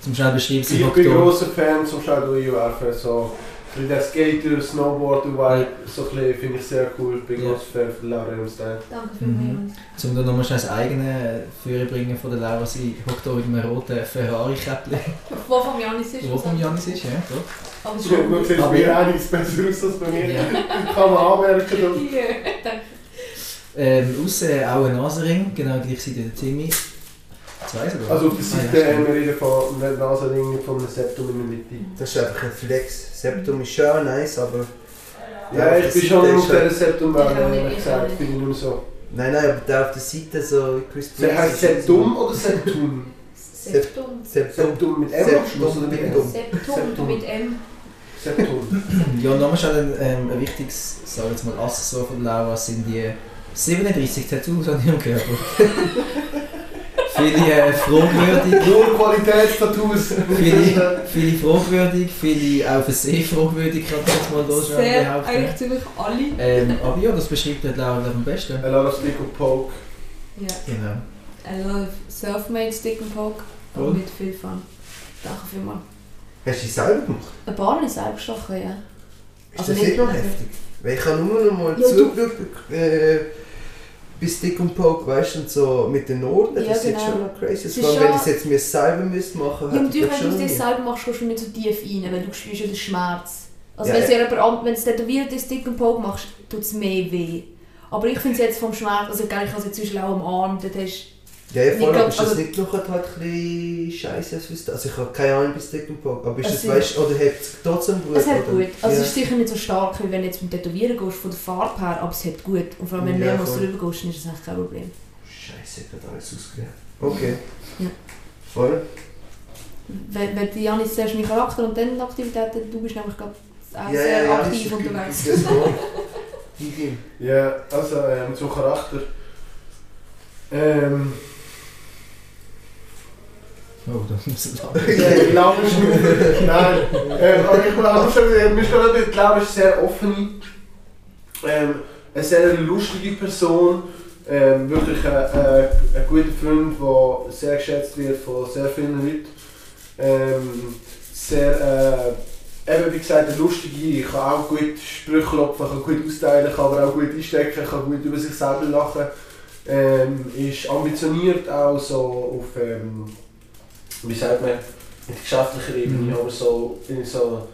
Speaker 5: Zum schnell beschreiben, sie
Speaker 3: Ich
Speaker 5: hockt
Speaker 3: bin
Speaker 5: da-
Speaker 3: großer Fan zum Shadow werfen so für den Skater, Snowboard, Vibe, so ein bisschen, finde ich sehr cool. Ich bin
Speaker 5: Ja.
Speaker 3: großer Fan von Laura Elmstein.
Speaker 2: Danke vielmals.
Speaker 5: Zum da nochmal schnell das eigene Führer bringen von der Laura, sie hockt da in einem roten Ferrari-Käppchen,
Speaker 2: Wo vom Janis ist.
Speaker 5: wo von Janis ist, ja, doch.
Speaker 2: Aber es
Speaker 3: Ich
Speaker 2: ist
Speaker 3: glaube, man
Speaker 2: gut.
Speaker 3: sieht
Speaker 5: Aber-
Speaker 3: bei mir auch nichts besser aus als bei mir.
Speaker 5: Ja.
Speaker 3: Kann man anmerken.
Speaker 2: Ja, danke.
Speaker 5: Ähm, aussen auch ein Nasenring, genau gleich wie der Timmy. Zwei sogar.
Speaker 3: Also auf der
Speaker 5: Ah, ja,
Speaker 3: Seite haben
Speaker 5: stimmt.
Speaker 3: wir reden von einem Nasenring von einem Septum in der Mitte.
Speaker 4: Das ist einfach ein Flex. Septum ist schon nice, aber.
Speaker 3: Ja,
Speaker 4: auf
Speaker 3: ich
Speaker 4: der
Speaker 3: bin schon
Speaker 4: Seite
Speaker 3: auf
Speaker 4: ist halt-
Speaker 3: dieser septum
Speaker 2: Ich auch nicht,
Speaker 3: ehrlich
Speaker 2: ich auch
Speaker 3: gesagt.
Speaker 2: nicht.
Speaker 3: Bin ich nur so.
Speaker 4: Nein, nein, aber der auf der Seite so wie Chris
Speaker 3: Der heißt
Speaker 4: ist jetzt
Speaker 3: Septum oder Septum?
Speaker 2: Septum.
Speaker 4: so- Septum.
Speaker 3: Septum mit M am Schluss oder mit
Speaker 4: Septum.
Speaker 3: M?
Speaker 2: Septum mit M.
Speaker 3: Septum.
Speaker 5: Ja, nochmal schon ein, ähm, ein wichtiges, sag jetzt mal, Accessoire von Laura sind die 37 Tattoos an ihrem Körper. viele äh, fragwürdig,
Speaker 3: Nur Qualitätstattoos.
Speaker 5: viele, viele fragwürdig, viele auch für sie fragwürdig, kann ich jetzt mal da schon
Speaker 2: Sehr,
Speaker 5: behaupten.
Speaker 2: eigentlich ziemlich alle.
Speaker 5: Ähm, aber ja, das beschreibt halt Laura am besten.
Speaker 3: A lot of stick and poke.
Speaker 2: Ja,
Speaker 5: Genau.
Speaker 2: I love self-made stick and poke. Aber
Speaker 5: Cool.
Speaker 2: mit viel Fun. Danke vielmals.
Speaker 4: Hast du es selber gemacht?
Speaker 2: Ein paar ist selbst gestochen, ja.
Speaker 4: Ist
Speaker 2: Also
Speaker 4: das
Speaker 2: nicht-
Speaker 4: nicht noch
Speaker 2: also-
Speaker 4: heftig? Weil ich habe nur noch mal
Speaker 2: Ja, du-
Speaker 4: zugeschaut äh, bei Stick und Poke, weißt du, und so mit den Norden.
Speaker 2: Ja,
Speaker 4: das ist
Speaker 2: genau.
Speaker 4: jetzt schon noch crazy.
Speaker 2: Das
Speaker 4: Das
Speaker 2: ist
Speaker 4: war, wenn
Speaker 2: schon-
Speaker 4: ich es jetzt mir selber müsste machen
Speaker 2: Ja,
Speaker 4: hätte ich
Speaker 2: natürlich,
Speaker 4: das
Speaker 2: wenn du
Speaker 4: schon
Speaker 2: es
Speaker 4: nie.
Speaker 2: selber machst, kommst du nicht so tief rein, weil du spürst ja den Schmerz. Also
Speaker 4: Ja,
Speaker 2: wenn es dir jemand an- wenn es tätowiert ist, Stick and Poke machst, tut es mehr weh. Aber ich finde es jetzt vom Schmerz, also gell, ich habe es jetzt zum Beispiel auch am Arm, dort hast
Speaker 4: Ja, ja,
Speaker 2: Ich
Speaker 4: voll, aber
Speaker 2: glaub,
Speaker 4: ist das
Speaker 2: also-
Speaker 4: nicht noch halt halt ein bisschen scheiße als Wüste? Also ich habe keine Ahnung bei Stick und Poke, aber ist
Speaker 2: Also
Speaker 4: das, weißt du, oder hat es trotzdem gut?
Speaker 2: Es hat
Speaker 4: oder?
Speaker 2: gut. Also
Speaker 4: ja.
Speaker 2: es ist sicher nicht so stark, wie wenn du jetzt mit Tätowieren gehst, von der Farbe her, aber es hat gut. Und vor allem, wenn du
Speaker 4: Ja,
Speaker 2: mehrmals
Speaker 4: voll.
Speaker 2: drüber gehst, dann ist das echt kein Problem.
Speaker 4: Scheiße, ich habe alles ausgegeben. Okay.
Speaker 2: Ja.
Speaker 4: Voll.
Speaker 2: Wenn, wenn die Janis zuerst meinen Charakter und dann die Aktivitäten, du bist nämlich gerade auch
Speaker 4: ja,
Speaker 2: sehr
Speaker 4: ja, ja,
Speaker 2: also aktiv
Speaker 4: das ist-
Speaker 2: unterwegs.
Speaker 4: Das ist voll. Gib ihm.
Speaker 3: Ja, also ähm, zum Charakter. Ähm,
Speaker 5: Oh, da muss er lang.
Speaker 3: Nein, Glaube ist Nein. Ähm, aber ich muss auch sagen, äh, mir ist gerade jemand, Glaube ist eine sehr offene, ähm, eine sehr lustige Person. Ähm, wirklich ein, ein, ein guter Freund, der sehr geschätzt wird von sehr vielen Leuten. Ähm, sehr, äh, eben wie gesagt, eine lustige, kann auch gut Sprüche klopfen, kann gut austeilen, kann aber auch gut einstecken, kann gut über sich selber lachen. Ähm, ist ambitioniert auch so auf, ähm, wie sagt man, in geschäftlicher Ebene,
Speaker 5: Mhm.
Speaker 3: aber so, in so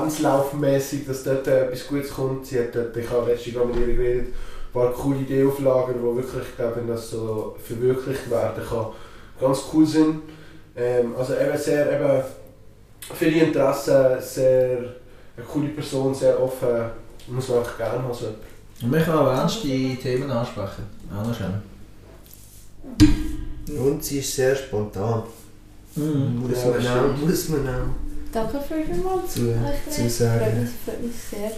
Speaker 3: lebenslaufmäßig, dass dort äh, etwas Gutes kommt. Sie hat dort, ich habe letztens gerade mit ihr geredet, ein paar coole Ideenauflagen, die wirklich, ich glaube dass so verwirklicht werden kann, ganz cool sind. Ähm, also eben sehr, eben viele Interessen, sehr eine coole Person, sehr offen, muss man einfach gerne haben. So.
Speaker 5: Und wir können auch ernste Themen ansprechen. Auch noch schön.
Speaker 4: Und sie ist sehr spontan.
Speaker 5: Mhm.
Speaker 4: Muss,
Speaker 3: Ja,
Speaker 4: man
Speaker 3: das
Speaker 4: auch,
Speaker 3: stimmt.
Speaker 4: muss man auch
Speaker 2: Danke für vielmals.
Speaker 4: zu,
Speaker 2: Echt
Speaker 4: zu
Speaker 2: nett. Freut
Speaker 4: sagen.
Speaker 2: mich, freut mich sehr.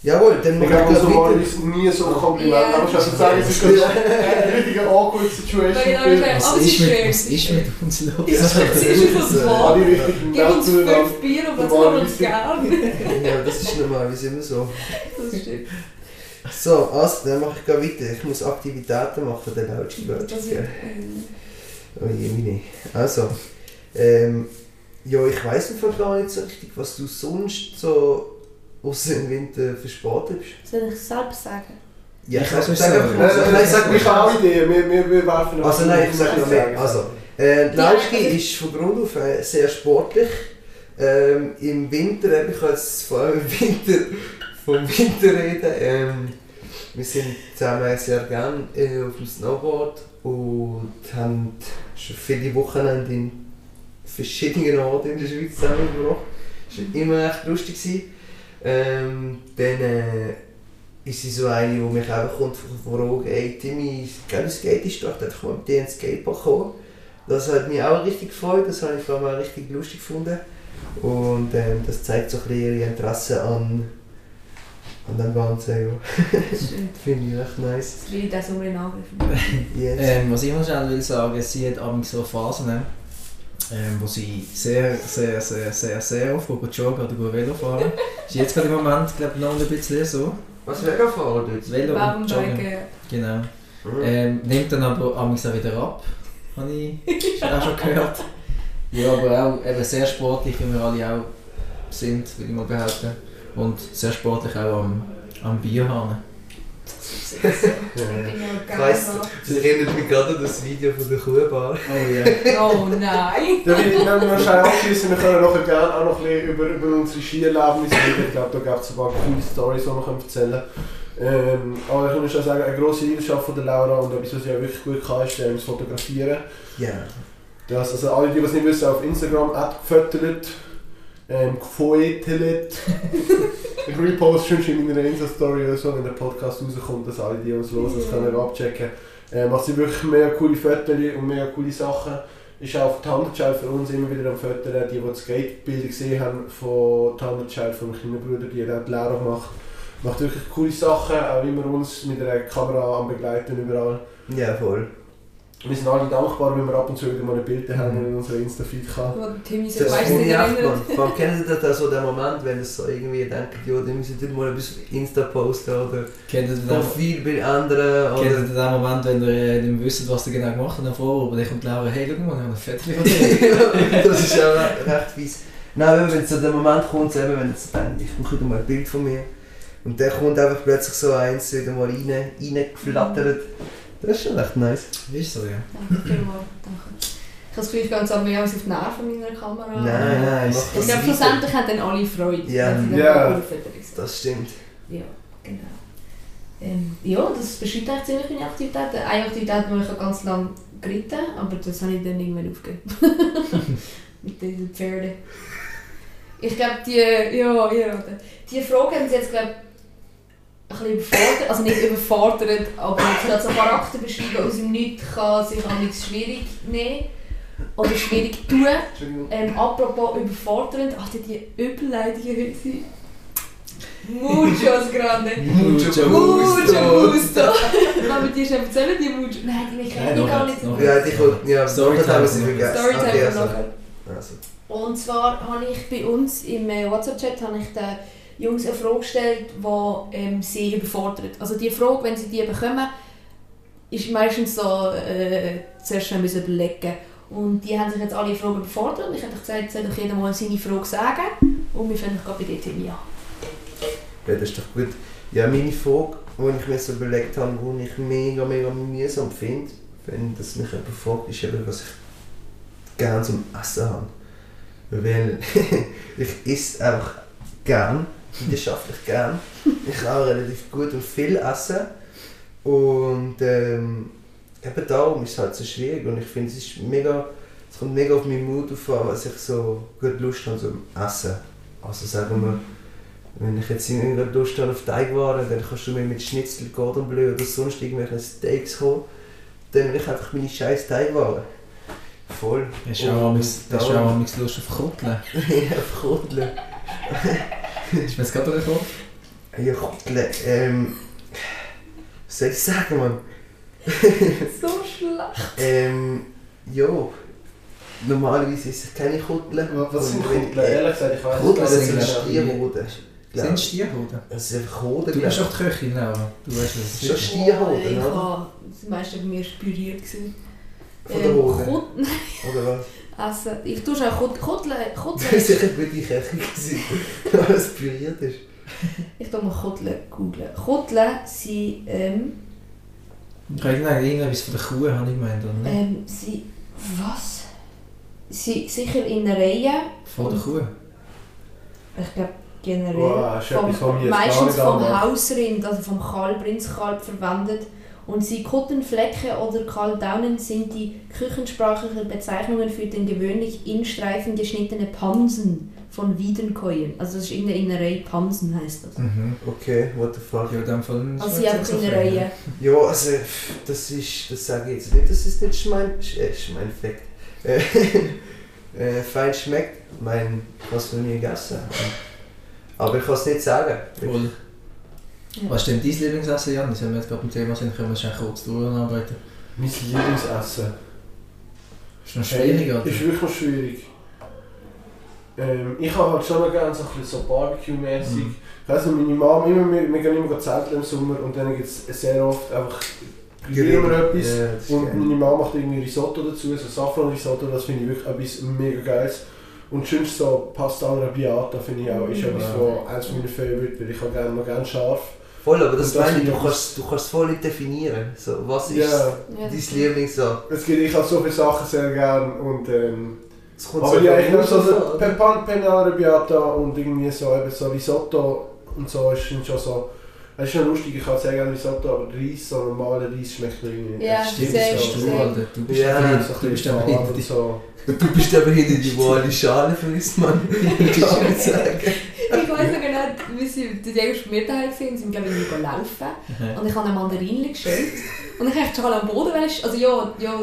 Speaker 4: Jawohl, dann
Speaker 3: Ich
Speaker 4: machen wir
Speaker 3: glaube, genau so war
Speaker 4: gleich weiter.
Speaker 3: ich nie so ein Kompliment.
Speaker 2: Ja.
Speaker 3: Aber ich muss sagen, es ist gerade eine richtige awkward Situation.
Speaker 2: Ja, genau,
Speaker 5: Was,
Speaker 2: Aber es
Speaker 5: ist
Speaker 2: ist
Speaker 5: mit,
Speaker 2: schön.
Speaker 5: was ist mit uns los?
Speaker 2: Ist spezifisch auf das
Speaker 3: Ja,
Speaker 2: Wort.
Speaker 3: die richtigen
Speaker 2: Gib uns
Speaker 3: Welt zueinander.
Speaker 2: fünf Bier und
Speaker 3: Der
Speaker 2: das kann
Speaker 3: Wahn
Speaker 2: uns
Speaker 3: ist-
Speaker 2: gerne.
Speaker 4: Ja, das ist normal, wir sind immer so.
Speaker 2: Das stimmt.
Speaker 4: So, also, dann mache ich gleich weiter. Ich muss Aktivitäten machen, dann lautst du
Speaker 2: Das wird, ähm,
Speaker 4: Oh je, meine. Also, ähm, ja, ich weiss einfach gar nicht so richtig, was du sonst so außer im Winter für Sport bist.
Speaker 2: Soll ich es selbst sagen?
Speaker 5: Ja, ich kann's
Speaker 4: sag
Speaker 5: nicht
Speaker 4: einfach
Speaker 5: sagen.
Speaker 4: mal
Speaker 3: Nein,
Speaker 4: so-
Speaker 3: nein, nein,
Speaker 4: Nein,
Speaker 3: ich
Speaker 4: sag
Speaker 3: sage,
Speaker 4: mir
Speaker 3: ich habe auch Ideen. Wir, wir, wir werfen
Speaker 4: Also nein, ich sag noch mehr. Also, äh, die
Speaker 2: Ja,
Speaker 4: Lautstärke
Speaker 2: also-
Speaker 4: ist von Grund auf äh, sehr sportlich. Ähm, Im Winter, eben, ich kann jetzt vor allem im Winter vom Winter reden. Ähm, wir sind zusammen sehr gerne äh, auf dem Snowboard und haben schon viele Wochenende in verschiedenen Orten in der Schweiz zusammengebracht. Das war immer echt lustig. Gewesen. Ähm, dann äh, ist sie so eine, die mich einfach kommt von von Rogue, ey Timmy, gerne Skate ist doch, einfach mal mit dir ins Skatepark kommen. Das hat mich auch richtig gefreut, das habe ich vor allem auch richtig lustig gefunden. Und ähm, das zeigt so ein bisschen ihr Interesse an, an dem Ganzen. Ja.
Speaker 2: Das stimmt.
Speaker 4: Finde ich echt nice.
Speaker 2: Das liegt auch so in Angriff.
Speaker 4: Jetzt.
Speaker 5: Ähm, was ich noch schnell will sagen, sie hat ab und zu so Phasen, ähm, wo sie sehr, sehr, sehr, sehr, sehr oft geht joggen oder geht Velo fahren. ist jetzt gerade im Moment, glaube ich, noch ein bisschen so.
Speaker 4: Was wäre da vor Ort jetzt?
Speaker 5: Velo und Joggen.
Speaker 2: Babenbeugen.
Speaker 5: Genau. Ähm, nimmt dann aber abends auch wieder ab, habe ich auch schon gehört. Ja, aber auch eben sehr sportlich, wie wir alle auch sind, würde ich mal behaupten. Und sehr sportlich auch am, am Bierhahn.
Speaker 2: Ich bin ja
Speaker 4: Ich weiss,
Speaker 2: gerne
Speaker 4: das erinnert mich gerade an das Video von der Kuhbar.
Speaker 5: Oh ja.
Speaker 2: da. Oh nein!
Speaker 3: Da will ich dann wahrscheinlich abschließen. Wir können nachher gerne auch noch ein bisschen über, über unsere Skierlebnisse reden. Ich glaube, da gibt es ein paar coole Storys, die wir können erzählen können. Ähm, aber ich muss schon sagen, eine grosse Leidenschaft von der Laura und etwas, was sie auch wirklich gut kann, ist ähm, das Fotografieren.
Speaker 4: Ja.
Speaker 3: Das, also alle, die es nicht wissen, auf Instagram adgefötelt, ähm, gefötelt. ich reposte schon in meiner Insta-Story oder so, wenn der Podcast rauskommt, dass alle, die uns hören, das können abchecken. Ähm, macht sie wirklich mega coole Fotos und mega coole Sachen. Ist auch auf die Handelschild für uns immer wieder am Fötern. Die, die die Skatebilder gesehen haben von die Handelschild, von meinem kleinen Bruder, die hat auch die Lehre gemacht. Macht wirklich coole Sachen, auch immer uns mit einer Kamera am Begleiten überall.
Speaker 4: Ja, voll.
Speaker 3: Wir sind alle dankbar, wenn wir ab und zu wieder mal ein Bild haben und in unserer Insta-Feed kann.
Speaker 2: Wo Timmy sich
Speaker 4: Das
Speaker 2: weiss
Speaker 4: finde
Speaker 2: nicht
Speaker 4: ich echt,
Speaker 2: erinnert.
Speaker 4: Mann. Vor allem kennt ihr das so den Moment, wenn ihr so irgendwie denkt, ja, dann müsst ihr mal etwas auf Insta posten oder
Speaker 5: Kennt ihr den,
Speaker 4: Profil bei anderen
Speaker 5: kennt ihr
Speaker 4: oder...
Speaker 5: den Moment, wenn ihr äh, nicht mehr wisst, was ihr genau gemacht habt, dann vor, aber dann kommt Laura, hey, schau mal, ich habe ein Fettchen von dir.
Speaker 4: das ist auch re- recht fies. Nein, wenn- wenn so der Moment kommt, so eben, wenn ihr so denkt, ich mache wieder mal ein Bild von mir und dann kommt einfach plötzlich so eins wieder mal rein, reingeflattert. Das ist schon echt nice.
Speaker 5: Ist so, ja.
Speaker 2: Danke vielmals. Danke. Ich habe das Gefühl, ich gehe jetzt aber mehr auf die Nerven meiner Kamera.
Speaker 4: Nein, nein,
Speaker 2: Ich
Speaker 4: mach das
Speaker 2: glaube,
Speaker 4: weiter.
Speaker 2: schlussendlich haben dann alle Freude.
Speaker 4: Ja.
Speaker 2: wenn sie dann
Speaker 3: Ja.
Speaker 2: mal aufhören.
Speaker 4: Das stimmt.
Speaker 2: Ja, genau. Ähm, ja, das beschreibt eigentlich ziemlich meine Aktivitäten. Eine Aktivität, Äh, die ich auch ganz lange geritten aber das habe ich dann irgendwann aufgegeben. Mit diesen Pferden. Ich glaube, die, ja, ja, oder? die Frage haben sie jetzt, glaube ich, ein bisschen überfordert, also nicht überfordert, aber jetzt gerade so Charakter beschreiben aus dem Nichts kann sich an nichts schwierig nehmen oder schwierig tun. Ähm, apropos überfordernd, ach, die Überleitungen heute sind. Muchos grande.
Speaker 5: Mucho
Speaker 2: Mucho
Speaker 5: gusto.
Speaker 2: gusto. Aber die ist einfach selber die Mucho. Nein, die kenne
Speaker 5: Nein,
Speaker 2: ich gar
Speaker 5: noch
Speaker 2: nicht.
Speaker 5: nicht, noch
Speaker 4: Ja, die kommt, ja,
Speaker 5: Storytime
Speaker 4: das haben wir sie
Speaker 5: machen wir.
Speaker 4: vergessen.
Speaker 2: Storytime
Speaker 4: Okay, also,
Speaker 2: nachher.
Speaker 4: also.
Speaker 2: Und zwar habe ich bei uns im äh, WhatsApp-Chat habe ich den Jungs eine Frage gestellt, die ähm, sie überfordert. Also die Frage, wenn sie die bekommen, ist meistens so äh, zuerst schnell müssen überlegen. Und die haben sich jetzt alle Fragen überfordert und ich habe gesagt, soll doch jeder mal seine Frage sagen. Und wir fangen gerade bei dir Timmy an.
Speaker 4: Ja, das ist doch gut. Ja, meine Frage, die ich mir so überlegt habe, die ich mega, mega mühsam finde, wenn das mich jemand fragt, ist eben, was ich gerne zum Essen habe. Weil ich esse einfach gern, leidenschaftlich gern. Ich kann auch relativ gut und viel essen. Und ähm, eben darum ist es halt so schwierig und ich finde, es ist mega, es kommt mega auf meinen Mut auf an, was ich so gut Lust habe zum Essen. Also sagen wir, wenn ich jetzt irgendwie gerade Lust habe auf Teigwaren, dann kannst du mir mit Schnitzel, Cordon Bleu oder sonst irgendwelchen Steaks kommen. Dann will ich einfach meine scheiß Teigwaren. Voll.
Speaker 5: Hast du auch amigs- hast du auch amigs Lust auf Kutteln?
Speaker 4: ja, auf Kutteln.
Speaker 5: Ist mir jetzt gerade durchgekommen?
Speaker 4: Ja, Kutteln. Ähm, was soll ich sagen, Mann?
Speaker 2: So schlecht.
Speaker 4: Ähm, jo. Normalerweise ist es keine Kutteln.
Speaker 3: Was sind
Speaker 4: Und wenn-
Speaker 3: Kutteln? Ehrlich gesagt, ich weiß
Speaker 4: Kutteln
Speaker 5: sind
Speaker 4: sind
Speaker 5: ja-
Speaker 4: Stierhoden.
Speaker 5: Sind es Stierhoden?
Speaker 4: Das ist einfach Hoden,
Speaker 5: Du
Speaker 4: glaub
Speaker 5: bist
Speaker 4: ich.
Speaker 5: doch die Köchin, Laura. Du weißt, was es
Speaker 4: Schon
Speaker 5: ist.
Speaker 4: Stierhoden,
Speaker 2: Oh, Ich
Speaker 4: oder?
Speaker 2: war das meiste von mir inspiriert. gewesen.
Speaker 4: Von der
Speaker 2: Ähm,
Speaker 4: Hoden.
Speaker 2: Kut- Nein,
Speaker 4: Oder was?
Speaker 2: Essen. Ich tue schon Kut- Kutteln.
Speaker 4: Das ist
Speaker 2: Kutteln.
Speaker 4: sicher eine gute Küche gewesen, weil alles püriert ist.
Speaker 2: Ich tue mal Kutteln googeln. Kutteln sind. Ähm,
Speaker 5: Ich habe irgend- irgendetwas von der Kuh, habe ich gemeint, oder nicht?
Speaker 2: Ähm, sie. Was? Sie sicher in der Reihe.
Speaker 5: Von der Kuh.
Speaker 2: Ich glaube generell.
Speaker 3: Wow, das ist
Speaker 2: vom-
Speaker 3: etwas, was mich jetzt gar
Speaker 2: meistens
Speaker 3: nicht
Speaker 2: vom
Speaker 3: anmacht.
Speaker 2: Hausrind, also vom Kalb, Rindskalb verwendet. Und sie Kuttenflecken oder Kaldaunen sind die küchensprachlichen Bezeichnungen für den gewöhnlich in Streifen geschnittene Pansen von Wiedenkäuen. Also das ist in der Innerei Pansen heißt das.
Speaker 5: Mhm.
Speaker 4: Okay, what the fuck.
Speaker 5: Ja, in dem Fall...
Speaker 2: Also sie einfach in der Reihe.
Speaker 4: Ja, also, pff, das ist, das sage ich jetzt nicht, das ist nicht mein, äh, mein Fakt. Äh, äh, fein schmeckt, mein, was wir nie gegessen haben. Aber ich kann es nicht sagen.
Speaker 5: Voll. Was ist denn dein Lieblingsessen, Jan? Das haben wir jetzt gerade beim Thema sind, können wir schon kurz durcharbeiten.
Speaker 3: Mein Lieblingsessen.
Speaker 5: Ist noch schwierig, oder?
Speaker 3: Ist wirklich noch schwierig. Ähm, ich habe halt schon noch gerne so, ein bisschen so Barbecue-mäßig.
Speaker 5: Mhm.
Speaker 3: Ich weiss nicht, meine Mama, immer, wir, wir gehen immer zelteln im Sommer und dann gibt es sehr oft einfach grillen wir etwas.
Speaker 4: Ja, das ist
Speaker 3: Und
Speaker 4: geil.
Speaker 3: meine Mama macht irgendwie Risotto dazu, so Safran-Risotto, das finde ich wirklich etwas mega geiles. Und schönst so Pasta alla Biata finde ich auch, ist
Speaker 2: Mhm.
Speaker 3: etwas von eines meiner Favorites, weil ich auch gerne, noch gerne scharf.
Speaker 4: Voll, aber das
Speaker 3: Und das
Speaker 4: meine ich,
Speaker 3: finde
Speaker 4: du
Speaker 3: ich-
Speaker 4: kannst, du kannst es voll nicht definieren. So, was ist
Speaker 3: Ja,
Speaker 2: Ja.
Speaker 4: dein Lieblings so?
Speaker 3: es gibt, ich habe so viele Sachen sehr gerne und ähm,
Speaker 4: Es kommt
Speaker 3: Aber
Speaker 4: so
Speaker 3: ja,
Speaker 4: viel
Speaker 3: ich also nehme so
Speaker 4: raus,
Speaker 3: so
Speaker 4: oder?
Speaker 3: Pepan, Penare, Biata und irgendwie so, eben so Risotto und so ist dann schon so. Es ist schon lustig, ich kann sehr gerne Risotto, aber Reis, so normaler Reis schmeckt irgendwie nicht.
Speaker 2: Ja,
Speaker 5: Stimmt,
Speaker 2: sehr,
Speaker 5: das bist
Speaker 2: sehr.
Speaker 5: du, Alter. Du bist
Speaker 4: Ja,
Speaker 5: der
Speaker 3: Ja,
Speaker 5: Hit,
Speaker 3: so ein
Speaker 5: du bist
Speaker 3: bisschen
Speaker 5: der
Speaker 3: Salat und
Speaker 5: Hit.
Speaker 3: so.
Speaker 4: Du bist aber hinter die wohle Schale für uns, Mann. Ich kann nicht sagen.
Speaker 2: Ich weiß noch genau, wir sind die erste Mittag gesehen, sind glaube ich gehen laufen.
Speaker 5: Mhm.
Speaker 2: Und ich habe eine Mandarine geschält. Und ich wollte schon am Boden, wollen sch- also ja, ja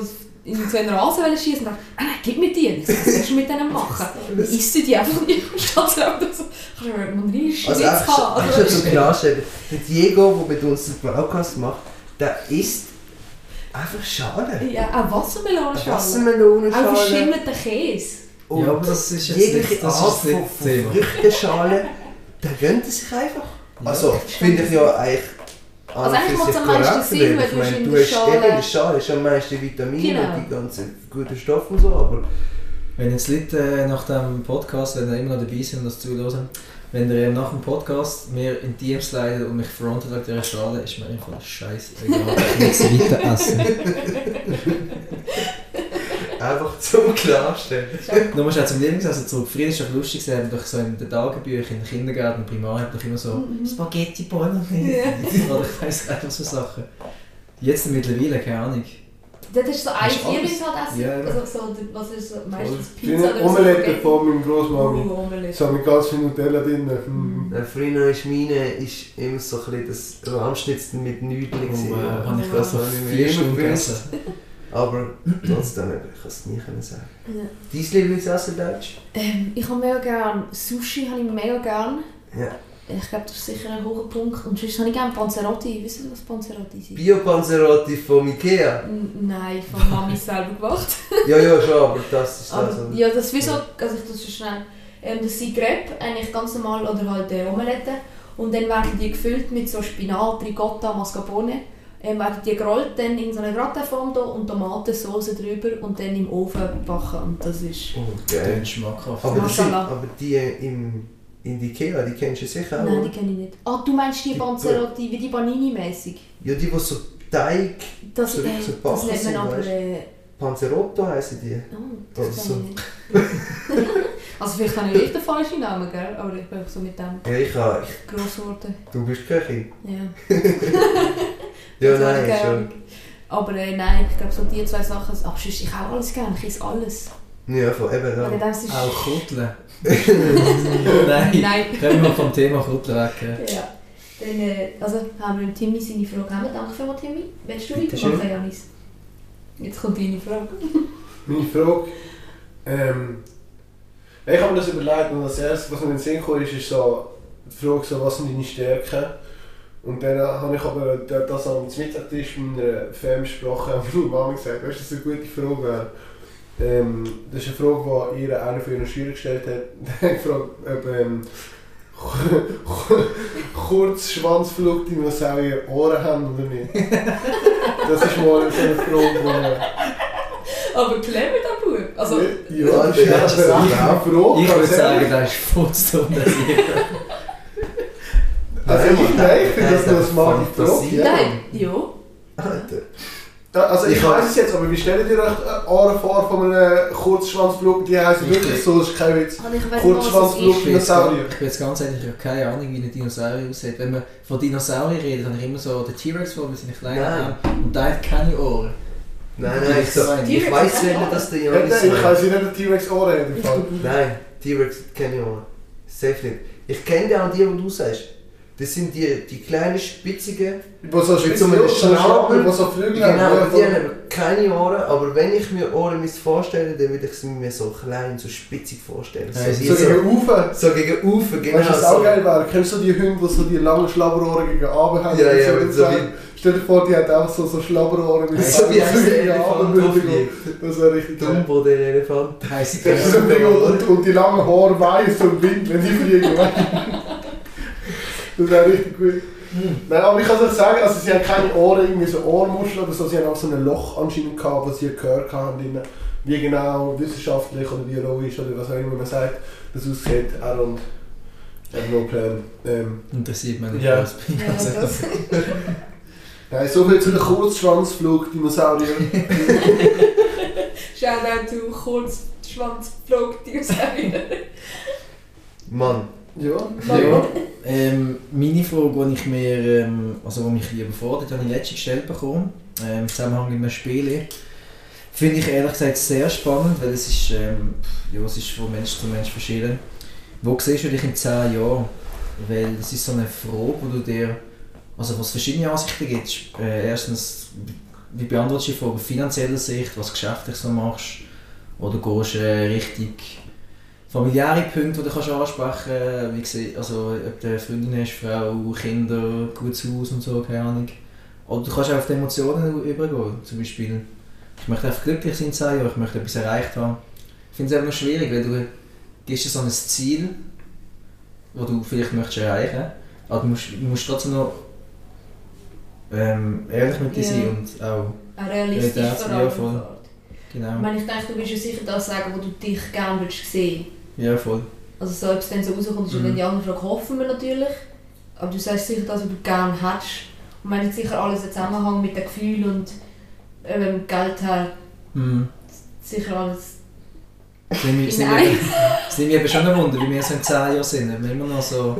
Speaker 2: in so einen Rasen schießen. Und dachte, ah, nein, gib mir die. Ich so, Was willst du mit denen machen? Und ich esse die einfach nicht. Statt so, kannst du mir eine Mandarine
Speaker 4: Also,
Speaker 2: schießen?
Speaker 4: ich schon zum Klarstellen. Der Diego, der mit uns den Broadcast macht, der isst einfach Schale.
Speaker 2: Ja, eine Wassermelonenschale. Auch
Speaker 4: Wassermelonenschale.
Speaker 2: verschimmelten Käse.
Speaker 5: Ja, aber das ist jetzt
Speaker 4: jegliche
Speaker 5: nicht- das ist
Speaker 4: Art
Speaker 5: nicht
Speaker 4: von,
Speaker 5: das
Speaker 4: von
Speaker 5: Thema.
Speaker 4: Früchtenschale, der gönnt er sich einfach. Also, finde ich ja eigentlich. an
Speaker 2: Also
Speaker 4: und
Speaker 2: eigentlich
Speaker 4: für
Speaker 2: macht's
Speaker 4: sich
Speaker 2: am meisten
Speaker 4: korrekt,
Speaker 2: Sinn,
Speaker 4: weil
Speaker 2: wenn
Speaker 4: ich
Speaker 2: du
Speaker 4: meine,
Speaker 2: in
Speaker 4: du
Speaker 2: der
Speaker 4: hast
Speaker 2: Schale-
Speaker 4: eben in der Schale schon am meisten Vitamine
Speaker 2: Genau.
Speaker 4: und die ganzen guten Stoffe und so, aber
Speaker 5: Wenn jetzt Leute äh, nach dem Podcast, wenn ihr immer noch dabei sind und das zuhören, wenn ihr ähm, nach dem Podcast mir in die DMs leidet und mich frontet an dieser Schale, ist mir einfach scheißegal. Ich will es weiter essen.
Speaker 4: einfach zum Klarstellen.
Speaker 5: Du musst auch zum Lieblingsessen zurück. Früher ist doch lustig, sie haben doch so in den Tagebüchern, in den Kindergärten, im Primar, haben doch immer so
Speaker 2: Mhm.
Speaker 5: Spaghetti Bolognese oder ich weiss einfach so Sachen. Jetzt mittlerweile, keine Ahnung.
Speaker 2: Das ist so ein
Speaker 5: Hast du
Speaker 2: Vierwitz halt essen.
Speaker 5: Ja, ja.
Speaker 2: Also so, der- was ist so, meistens
Speaker 3: Wie
Speaker 2: Pizza
Speaker 3: eine
Speaker 2: oder so.
Speaker 3: Omelette von meinem Grossmami.
Speaker 2: Uh, Omelette.
Speaker 3: So mit ganz viel Nutella drin.
Speaker 2: Mhm.
Speaker 3: Hm.
Speaker 4: Äh, Früher ist meine ist immer so ein bisschen das Rahmschnitzen mit Nudeln. gewesen.
Speaker 5: Oh, äh,
Speaker 2: hab
Speaker 5: habe
Speaker 2: ich
Speaker 5: ich
Speaker 2: das
Speaker 5: das
Speaker 4: noch
Speaker 5: noch
Speaker 4: nicht mehr
Speaker 5: vier
Speaker 4: immer
Speaker 5: Stunden
Speaker 4: gewusst.
Speaker 5: gegessen.
Speaker 4: Aber trotzdem, eben, ich kann es nie können sagen.
Speaker 2: Ja.
Speaker 4: Dein Lieblingsessen, Deutsch?
Speaker 2: Ähm, ich habe mega gerne Sushi, habe ich mega gerne.
Speaker 4: Ja.
Speaker 2: Ich glaube, das ist sicher ein hoher Punkt. Und sonst habe ich gerne Panzerotti. Wisst ihr, was Panzerotti sind?
Speaker 4: Bio-Panzerotti von Ikea.
Speaker 2: N- Nein, von Mami selber gemacht.
Speaker 4: Ja, ja, schon, aber das ist das.
Speaker 2: Aber,
Speaker 4: oder?
Speaker 2: ja, das ist wie so, also ich tue es schnell. Ähm, das sind Crepe, eigentlich ganz normal, oder halt äh, Omeletten. Und dann werden die gefüllt mit so Spinat, Ricotta, Mascarpone. Ähm, werden die gerollt, dann in so eine Gratinform da und Tomatensauce drüber und dann im Ofen backen. Und das ist...
Speaker 4: Oh,
Speaker 5: Das
Speaker 4: geil.
Speaker 5: ist schmackhaft.
Speaker 4: Aber, das sind,
Speaker 2: Masala.
Speaker 4: aber die im, in die Ikea, die kennst du sicher auch.
Speaker 2: Nein, die
Speaker 4: oder?
Speaker 2: kenne ich nicht. Ah, du meinst die
Speaker 4: Die-
Speaker 2: Panzerotti, wie die Panini-mässig?
Speaker 4: Ja, die, die so Teig,
Speaker 2: Das, äh,
Speaker 4: Zurück zu
Speaker 2: das
Speaker 4: Backen
Speaker 2: nennt man
Speaker 4: sind,
Speaker 2: aber...
Speaker 4: weißt du?
Speaker 2: Äh,
Speaker 4: Panzerotto heissen die.
Speaker 2: Oh, das
Speaker 4: Also.
Speaker 2: also. ich nicht. also vielleicht habe ich echt den falschen Namen, gell? aber ich bin einfach so mit dem
Speaker 4: Ja, ich kann, ich,
Speaker 2: gross geworden.
Speaker 4: du bist Köchin.
Speaker 2: Ja,
Speaker 4: Ja,
Speaker 2: Das habe ich
Speaker 4: nein,
Speaker 2: keine
Speaker 4: schon.
Speaker 2: Ahnung. Aber äh, nein, ich glaube so die zwei Sachen, aber sonst, ich auch alles gerne, ich esse alles.
Speaker 4: Ja, von eben
Speaker 2: Wegen
Speaker 4: da.
Speaker 2: dem ist...
Speaker 5: Auch Kutteln. Nein,
Speaker 2: Nein.
Speaker 5: können wir vom Thema Kutteln weg. ja.
Speaker 2: Ja. Dann äh, also haben wir dem Timmy seine Frage gegeben. Danke vielmals, Timmy. Willst du
Speaker 4: Bitte schön.
Speaker 2: weitermachen, Janis? Jetzt kommt deine Frage.
Speaker 3: Meine Frage. Ähm, ich habe mir das überlegt und dus als erstes, was mir in den Sinn kam, ist, ist so die Frage, so, was sind deine Stärken? Und dann habe ich aber da- das am Mittagtisch mit meiner Fam gesprochen und meine Mama gesagt, weißt du, das ist eine gute Frage. wäre. Ähm, das ist eine Frage, die ihr einer von ihren Schülern gestellt hat. Der hat gefragt, ob ähm, Kurzschwanzflugdinosaurier Ohren haben oder nicht. Das ist mal so eine Frage, die man
Speaker 2: Aber clever, der Bub. Also,
Speaker 4: äh,
Speaker 3: ja, das ist
Speaker 4: das ist
Speaker 3: eine
Speaker 4: auch-
Speaker 3: Frage.
Speaker 5: Ich
Speaker 3: aber
Speaker 5: würde
Speaker 3: sehr-
Speaker 5: sagen, das ist vollst unbesiegbar.
Speaker 3: Also ich, nein, ich finde
Speaker 4: Nein,
Speaker 3: das nur eine smarte Frage.
Speaker 4: Fantasie.
Speaker 3: Ja.
Speaker 2: nein, ja.
Speaker 4: Alter.
Speaker 3: Da- Also ich
Speaker 4: Ich
Speaker 3: weiß
Speaker 4: hab-
Speaker 3: es jetzt, aber wie stellt ihr euch äh, Ohren vor von einem Kurzschwanzflug? Die heißen
Speaker 5: Richtig.
Speaker 3: wirklich so, das ist kein Witz.
Speaker 2: Und ich weiß nicht, was es
Speaker 3: Kurzschwanzflug
Speaker 2: ist.
Speaker 5: Ich bin jetzt
Speaker 3: Dinosaurier.
Speaker 5: ich bin jetzt ganz ehrlich, ich habe keine Ahnung, wie ein Dinosaurier aussieht. Wenn man von Dinosauriern redet, habe ich immer so den T-Rex vor, wir sind klein
Speaker 4: Nein.
Speaker 5: haben. Und der hat keine Ohren.
Speaker 4: Nein, nein, ich, so,
Speaker 5: Nein.
Speaker 4: ich weiss nicht, dass der
Speaker 3: Ja,
Speaker 4: Janis
Speaker 3: nein, ich kann
Speaker 4: meint.
Speaker 3: sie nicht den T-Rex Ohren haben. im Fall.
Speaker 4: Nein, T-Rex kenne ich auch. Safe nicht. Ich kenne den auch die, die du sagst. Das sind die, die kleinen, spitzigen.
Speaker 3: Wo so
Speaker 4: Mit so einem
Speaker 3: Spitze- so
Speaker 4: Schnabel.
Speaker 3: wo so Flügel
Speaker 4: Genau, aber
Speaker 3: haben.
Speaker 4: die
Speaker 3: ja, voll.
Speaker 4: haben aber keine Ohren. Aber wenn ich mir Ohren müsste vorstellen dann würde ich sie mir so klein, so spitzig vorstellen. So,
Speaker 5: Nein, sie
Speaker 4: wie
Speaker 3: So
Speaker 4: so,
Speaker 3: gegen Ufer.
Speaker 4: so gegen Ufer, genau.
Speaker 3: Weißt du, was auch
Speaker 4: so.
Speaker 3: geil wäre? Kennst du die Hunde, die so die langen Schlabberohren gegen Abend haben?
Speaker 4: Ja,
Speaker 3: Und
Speaker 4: ja,
Speaker 3: so
Speaker 4: und so
Speaker 3: sagen, Stell dir vor, die hat auch so, so Schlabberohren mit
Speaker 4: So wie heißt der
Speaker 3: gegen
Speaker 4: Elefant, der
Speaker 3: Abendbewegung.
Speaker 4: fliegt?
Speaker 3: Das wäre richtig geil.
Speaker 4: Dumbo, der Elefant.
Speaker 5: Heisst
Speaker 3: Das ist so ein Ding, und, und die langen Haare weiß und Wind, wenn die fliegen. weisst du? das wäre richtig gut. Nein, aber ich kann es euch sagen, also sie haben keine Ohren, irgendwie so Ohrmuscheln oder so, sie haben auch so ein Loch anscheinend gehabt, was sie gehört haben drin. Wie genau wissenschaftlich oder biologisch oder was auch immer man sagt, das aussieht, I don't have no plan. Ähm,
Speaker 5: Interessiert mich nicht,
Speaker 3: Ja.
Speaker 5: was bin ich
Speaker 2: Ja,
Speaker 5: also.
Speaker 2: das.
Speaker 3: nein, soviel zu den Kurzschwanzflug, Dinosaurier.
Speaker 2: Shoutout zu Kurzschwanzflugdinosaurier.
Speaker 4: Mann.
Speaker 3: Ja.
Speaker 5: Ja, ähm, meine Frage, die ich mir, ähm, also die mich überfordert, habe ich letztens gestellt bekommen, ähm, im Zusammenhang mit einem Spiel. Finde ich ehrlich gesagt sehr spannend, weil es ist, ähm, pff, ja, es ist von Mensch zu Mensch verschieden. Wo siehst du dich in 10 Jahren? Weil das ist so eine Frage, wo du dir, also was verschiedene Ansichten gibt. Äh, erstens, wie beantwortest du die Frage finanzieller Sicht, was geschäftlich so machst? Oder gehst du äh, richtig familiäre Punkte, die du kannst ansprechen kannst, wie gesehen, also ob du eine Freundin hast, Frau, Kinder, gutes Haus und so, keine Ahnung. Oder du kannst auch auf die Emotionen übergehen, zum Beispiel. Ich möchte einfach glücklich sein in 10 Jahren, ich möchte etwas erreicht haben. Ich finde es einfach noch schwierig, weil du gibst dir so ein Ziel, das du vielleicht möchtest erreichen, aber du musst, du musst trotzdem noch ähm, ehrlich mit dir
Speaker 2: Ja.
Speaker 5: sein und auch,
Speaker 2: Ein realistisch
Speaker 5: Ja, das-
Speaker 2: vor
Speaker 5: ja,
Speaker 2: allem.
Speaker 5: voll.
Speaker 2: Ich
Speaker 5: genau,
Speaker 2: meine, ich denke, du wirst ja sicher das sagen, wo du dich gerne würdest sehen.
Speaker 5: ja voll.
Speaker 2: Also so, ob es dann so rauskommt, ist ja
Speaker 5: Mhm.
Speaker 2: dann die andere Frage, hoffen wir natürlich. Aber du sagst sicher das, was du gerne hättest. Und man hat sicher alles einen Zusammenhang mit dem Gefühl und äh, mit dem Geld her.
Speaker 5: Mhm.
Speaker 2: Sicher alles.
Speaker 5: Sind wir, sind wir,
Speaker 2: Nein.
Speaker 5: Es nimmt mich eben schon ein Wunder, wie wir so in 10 Jahren sind, wenn wir immer noch so,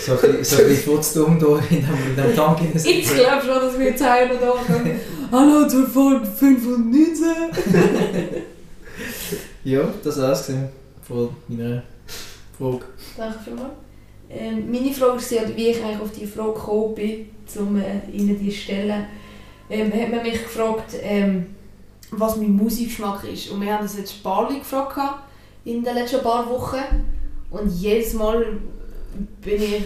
Speaker 5: so ein bisschen, so ein bisschen futzdumm da in dem, in dem Tank hinein
Speaker 2: Ich glaube schon, dass wir teilen und anfangen. Hallo zur Folge 519.
Speaker 5: Ja, das war es gewesen von meiner Frage.
Speaker 2: Danke vielmals. Ähm, meine Frage ist, ja, wie ich eigentlich auf die Frage gekommen bin, um äh, Ihnen die zu stellen. Ähm, hat man mich gefragt, ähm, was mein Musikgeschmack ist. Und wir haben das jetzt ein paar Leute gefragt gehabt in den letzten paar Wochen. Und jedes Mal bin ich, äh,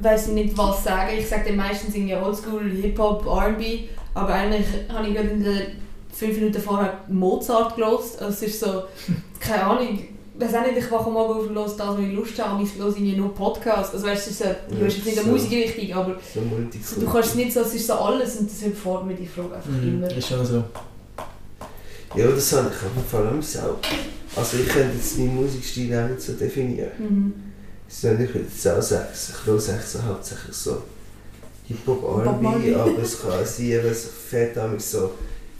Speaker 2: weiß ich nicht was sagen. Ich sage dann meistens irgendwie Oldschool, Hip-Hop, R&B, aber eigentlich habe ich gerade in den fünf Minuten vorher Mozart gelost. Also es ist so, keine Ahnung, weiß auch nicht, ich wache am Morgen auf und höre das, was ich Lust habe, und ich höre irgendwie nur Podcasts. Also weißt du, es ist so, du bist jetzt nicht der
Speaker 4: So.
Speaker 2: Musik richtig, aber
Speaker 4: So multikulti.
Speaker 2: du kannst es nicht so, es ist so alles und deshalb fordert mich die Frage einfach
Speaker 5: Mhm.
Speaker 2: immer.
Speaker 5: Ist schon so.
Speaker 4: Ja, das habe ich aber vor allem auch. Also ich könnte jetzt meinen Musikstil auch nicht so definieren.
Speaker 2: Mhm.
Speaker 4: Sondern ich würde jetzt auch sagen, ich höre sechs hauptsächlich so Hip-Hop
Speaker 2: Bob Marley.
Speaker 4: R&B, aber es kann auch sein, was ich fett habe, ist so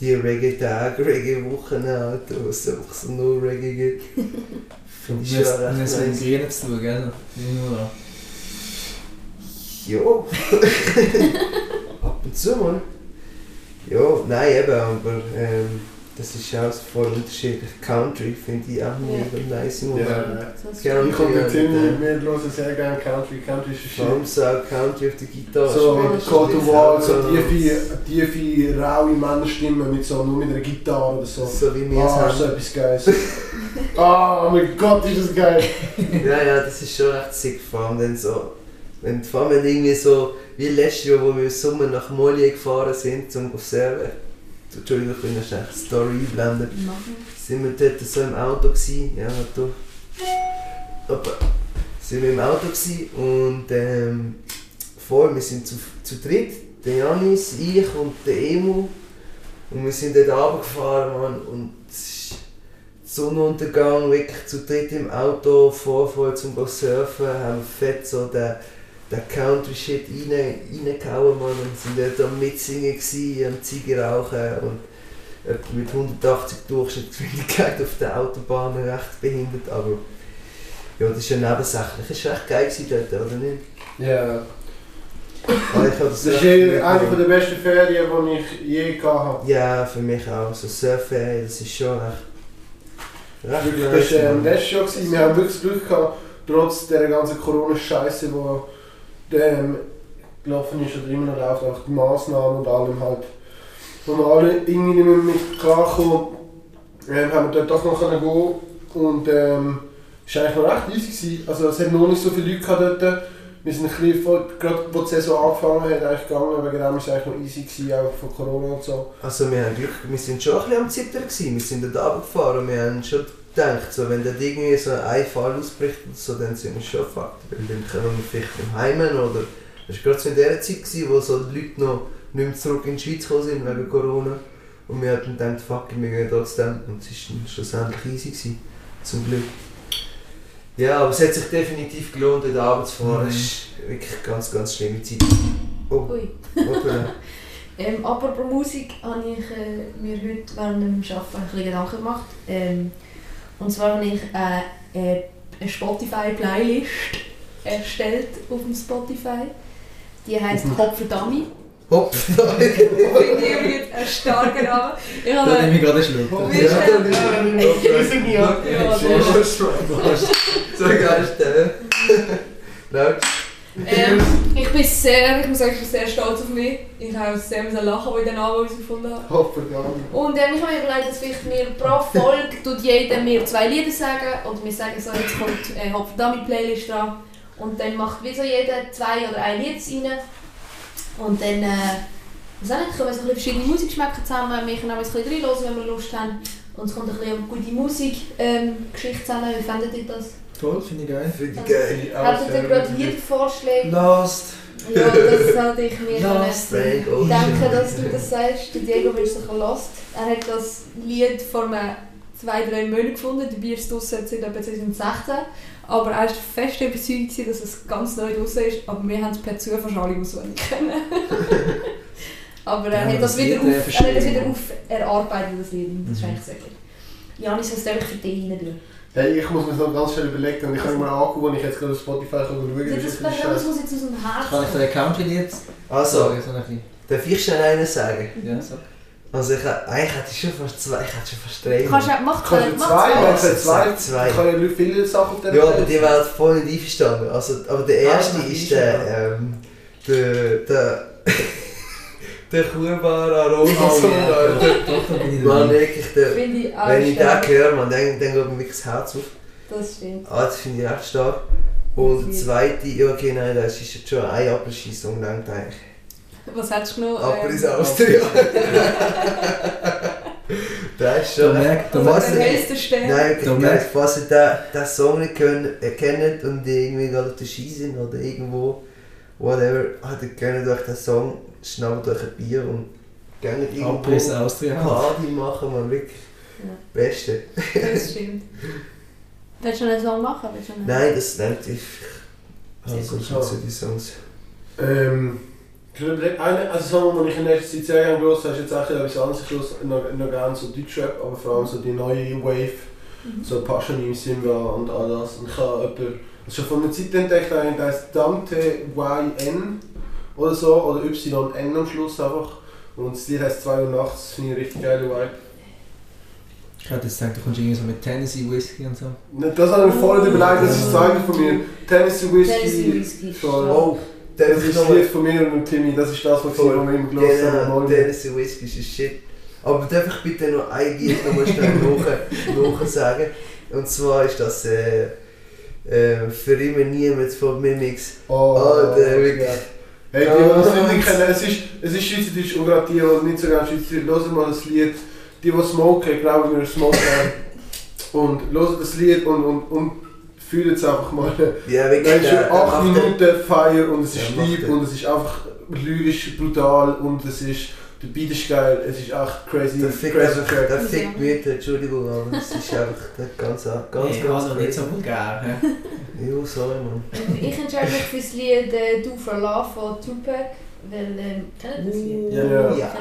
Speaker 4: die Reggae-Tage, Reggae-Wochen halt, wo es einfach so nur Reggae gibt. Finde ich schon
Speaker 5: Müssen-
Speaker 4: recht
Speaker 5: müssen wir im
Speaker 4: nice.
Speaker 5: Grünen zu tun, gell? Nur da.
Speaker 4: Ja. Ab und zu, Mann. Ja, nein, eben, aber ähm, das ist auch so voll unterschiedlich. Country finde ich auch mega nice im Moment.
Speaker 3: Ja. Genau,
Speaker 2: So ist-
Speaker 4: Gerne
Speaker 3: Ich komme mit Timmy,
Speaker 4: mit
Speaker 3: wir hören sehr gerne Country. Country ist schön.
Speaker 4: Farmsau, Country auf der Gitarre.
Speaker 3: So
Speaker 4: spielst du
Speaker 3: Cold
Speaker 4: das
Speaker 3: War,
Speaker 4: auch
Speaker 3: so tiefe, tiefe, raue Männerstimme mit so, nur mit einer Gitarre oder so.
Speaker 4: So wie wir es
Speaker 3: Ah, ist so
Speaker 4: haben.
Speaker 3: etwas Geiles. Ah, oh mein Gott, ist das geil.
Speaker 4: Ja, ja, das ist schon echt sick, vor allem dann so. Wenn, vor allem wenn irgendwie so, wie letztes Jahr, wo wir im Sommer nach Mollie gefahren sind, um auf Server. Entschuldigung, ich will noch schnell eine Story einblenden.
Speaker 2: Machen.
Speaker 4: sind wir dort so im Auto gsi, ja du. Opa. Sind wir im Auto gsi und ähm, vor, wir sind zu, zu dritt, der Janis, ich und der Emu. Und wir sind dort runtergefahren Mann, und es ist Sonnenuntergang, wirklich zu dritt im Auto, Vorfall zum go surfen, haben fett so den, den Country-Shit rein- reingehauen Mann, und sind dort am Mitsingen, gsi, am Ziege rauchen und etwa mit 180 Durchschnittsgeschwindigkeit auf der Autobahn recht behindert, aber ja, das ist ja nebensächlich. Es war echt geil gewesen dort, oder nicht?
Speaker 3: Ja.
Speaker 4: Aber ich habe
Speaker 3: Das
Speaker 4: das
Speaker 3: ist
Speaker 4: echt
Speaker 3: eh
Speaker 4: gut
Speaker 3: eine
Speaker 4: gemacht.
Speaker 3: der besten Ferien, die ich je hatte.
Speaker 4: Ja, für mich auch. So Surfen, das ist schon echt...
Speaker 3: Das
Speaker 4: recht
Speaker 3: war
Speaker 4: nice,
Speaker 3: ähm,
Speaker 4: Mann.
Speaker 3: letztes Jahr. Gewesen. Wir haben wirklich Glück gehabt, trotz dieser ganzen Corona-Scheiße, die ähm, gelaufen ist oder immer noch läuft, auch die Massnahmen und allem halt. Und alle irgendwie nicht mehr mit klarkommen, ähm, haben wir dort doch noch können gehen und ähm, es war eigentlich noch recht easy. Gewesen. Also es hat noch nicht so viele Leute gehabt dort. Wir sind ein bisschen, voll- gerade wo die Saison angefangen hat, eigentlich gegangen, wegen dem war es eigentlich noch easy, gewesen, auch von Corona und so.
Speaker 4: Also wir haben Glück, wir sind schon ein bisschen am Zittern gewesen. Wir sind dort runtergefahren und wir haben schon gedacht, so, wenn dort irgendwie so ein Fall ausbricht und so, dann sind wir schon fucked. Weil dann können wir vielleicht im Heimen oder... Das war gerade so in der Zeit, gewesen, wo so die Leute noch nicht mehr zurück in die Schweiz gekommen sind wegen Corona. Und wir hatten gedacht, fuck, wir gehen trotzdem. Und es war dann schlussendlich easy gewesen. Zum Glück. Ja, aber es hat sich definitiv gelohnt, dort runterzufahren.
Speaker 5: Mhm.
Speaker 4: Es ist wirklich eine ganz, ganz schlimme Zeit.
Speaker 2: Ui.
Speaker 4: Hoppla.
Speaker 2: Ähm, apropos Musik habe ich äh, mir heute während dem Arbeiten ein bisschen Gedanken gemacht. Ähm, und zwar habe ich äh, äh, eine Spotify-Playlist erstellt auf dem Spotify. Die heisst Kopf und Dummy.
Speaker 4: Hopp,
Speaker 2: Finde ich übrigens ein starker Name. Ich
Speaker 5: Da nehme
Speaker 2: habe
Speaker 5: ich gerade einen Schluck.
Speaker 2: Oh.
Speaker 4: Ja, dann ist
Speaker 3: Wir sind ja.
Speaker 2: ja,
Speaker 4: So geil ist der. Laut.
Speaker 2: ähm, ich bin sehr, ich muss sagen, ich bin sehr stolz auf mich. Ich habe sehr müssen lachen, als ich den Namen herausgefunden habe.
Speaker 3: Hoffentlich.
Speaker 2: Und ähm, ich habe mir überlegt, dass vielleicht mir pro Folge tut jeder mir zwei Lieder sagen und wir sagen so, jetzt kommt äh, Hopf Dummy Playlist dran und dann macht wie so jeder zwei oder ein Lied rein und dann äh, was auch nicht, kommen so ein bisschen verschiedene Musikgeschmäcker zusammen, wir können auch ein bisschen reinhören, wenn wir Lust haben und es kommt ein bisschen um gute Musikgeschichte ähm, Geschichte zusammen, wie findet ihr das?
Speaker 5: Toll, finde ich geil.
Speaker 4: Finde ich geil.
Speaker 3: Geil.
Speaker 2: Habt ihr gerade Liedvorschläge?
Speaker 5: Lost.
Speaker 2: Ja, das sollte ich mir
Speaker 5: Lost.
Speaker 4: Frank
Speaker 2: Ich
Speaker 4: Ocean.
Speaker 2: denke, dass du das sagst. Der Diego wird sich lost. Er hat das Lied vor einem zwei, drei Monaten gefunden. Die Bier ist draussen seit etwa 2016. Aber er war fest überzeugt, gewesen, dass es ganz neu draussen ist. Aber wir haben es per Zufall schon alle auswendig können. Aber er,
Speaker 5: Ja,
Speaker 2: hat das
Speaker 5: das
Speaker 2: wieder
Speaker 5: Lied,
Speaker 2: auf,
Speaker 5: äh,
Speaker 2: er hat das
Speaker 5: verstehe
Speaker 2: wieder
Speaker 5: ich.
Speaker 2: auf erarbeitet, das Lied. Das ist
Speaker 5: Mhm.
Speaker 2: eigentlich sehr gut. Janis, was darf ich für dich hinein tun?
Speaker 3: Hey, ich muss mir das noch ganz schnell überlegen und ich habe mir angeguckt, ich jetzt gerade auf Spotify schauen kann.
Speaker 2: Das, das, das muss jetzt aus dem
Speaker 5: Kann ich dir
Speaker 2: Herzen.
Speaker 5: ein Country-Lied?
Speaker 4: Also,
Speaker 5: so ein bisschen.
Speaker 4: darf ich schnell einen sagen?
Speaker 5: Ja, so.
Speaker 4: Also ich hab- eigentlich hätte ich schon fast zwei, ich hätte schon fast drei.
Speaker 2: Kannst du auch, mach
Speaker 3: Kannst du
Speaker 2: mach
Speaker 3: zwei?
Speaker 4: zwei.
Speaker 3: Kannst du zwei?
Speaker 4: Sag zwei.
Speaker 3: Ich habe ja Leute viele Sachen auf der
Speaker 4: Ja, aber die wären voll nicht einverstanden. Also, aber der erste
Speaker 3: Ah,
Speaker 4: ist der, ähm, der, der, der Kuhbar Aroma.
Speaker 5: Oh, ja.
Speaker 4: Alter.
Speaker 5: Doch, da bin ich
Speaker 4: Mann,
Speaker 5: dabei.
Speaker 4: wirklich, der,
Speaker 2: Finde ich auch
Speaker 4: wenn ich den
Speaker 2: stark.
Speaker 4: höre, man, dann, dann geht mir wirklich das Herz auf.
Speaker 2: Das stimmt.
Speaker 4: Ah, das finde ich echt stark. Und der zweite, ja okay, nein, das ist jetzt schon ein Appelschießung lang eigentlich.
Speaker 2: Was hättest du noch? ähm,
Speaker 4: Appel ist Austria. das ist
Speaker 5: Da
Speaker 4: schon...
Speaker 5: merkt
Speaker 2: Also,
Speaker 5: man,
Speaker 4: Was?
Speaker 2: was hältst du Stern?
Speaker 4: Nein,
Speaker 5: Da
Speaker 4: ich glaube,
Speaker 5: merkt-
Speaker 4: falls ihr den, den Song nicht könnt, äh, kennt und die irgendwie gerade auf der Ski sind oder irgendwo, whatever, ah, dann könnt ihr euch den Song, schnappt euch ein Bier und geht irgendwo
Speaker 5: Abriss Austria.
Speaker 4: Party machen, man wirklich
Speaker 2: Ja.
Speaker 4: Beste.
Speaker 2: Das stimmt. Willst du noch einen Song machen? Willst du noch-
Speaker 4: Nein, das nennt ich...
Speaker 3: Sehr
Speaker 4: Also,
Speaker 3: gut.
Speaker 4: schon zu die Songs.
Speaker 3: Ähm, ich würde überlegen, eine, also sagen wir mal, ich in letzter Zeit sehr gerne gehört habe, ist jetzt auch etwas anderes Schluss, noch, noch gerne so Deutschrap, aber vor allem so die neue Wave,
Speaker 2: Mhm.
Speaker 3: so Paschanim, Simba und all das. Und ich habe jemanden, also schon von der Zeit entdeckt, eigentlich, der heißt Dante YN oder so, oder YN am Schluss einfach. Und das Lied heisst 2 Uhr nachts, das finde ich richtig geile Vibe.
Speaker 5: Ich hätte jetzt gedacht, du kommst irgendwie so mit Tennessee Whisky und so.
Speaker 3: Ne, Das habe ich mir vorher überlegt, das ist das Zeichen von mir.
Speaker 2: Tennessee
Speaker 3: Tennessee Whiskey,
Speaker 2: Whiskey.
Speaker 3: Voll.
Speaker 2: Ja.
Speaker 4: Oh, der
Speaker 3: das
Speaker 4: ist
Speaker 3: ist das
Speaker 4: nochmal...
Speaker 3: Lied von mir und dem Timmy, das ist das, was wir
Speaker 4: Voll.
Speaker 3: immer gelesen haben.
Speaker 4: Genau,
Speaker 3: am
Speaker 4: der
Speaker 3: Morgen.
Speaker 4: ist Whisky, ist ein shit. Aber darf ich bitte noch ein Lied nochmal schnell nachher sagen? Und zwar ist das äh, äh, «Für immer niemand» von Mimix.
Speaker 3: Oh,
Speaker 4: Oh, der wirklich.
Speaker 3: ja. Hey, die, die es nicht kennen, es ist, es ist Schweizerdeutsch und gerade die, die nicht so gerne Schweizerdeutsch hören mal das Lied. Die, die smoken, glauben wir smoken. und hören das Lied und, und, und fühlen es einfach mal.
Speaker 4: Ja,
Speaker 3: Da
Speaker 4: wirklich,
Speaker 3: ist schon 8 Minuten Feier und es ist
Speaker 4: Der macht
Speaker 3: lieb
Speaker 4: den.
Speaker 3: und es ist einfach lyrisch, brutal und es ist, der Beat ist geil, es ist echt crazy,
Speaker 4: der fickt
Speaker 3: crazy
Speaker 4: einfach,
Speaker 3: Track.
Speaker 4: der fickt Mütter, Entschuldigung, aber das ist einfach der ganz, ganz, ganz,
Speaker 5: Hey,
Speaker 4: ganz
Speaker 5: also nicht so vulgär. hä?
Speaker 4: Jo, sorry, Mann.
Speaker 2: Ich entscheide mich für das Lied äh, «Do for Love» von Tupac, weil, ähm, kennt ihr das Lied?
Speaker 3: Ja.
Speaker 4: Ja.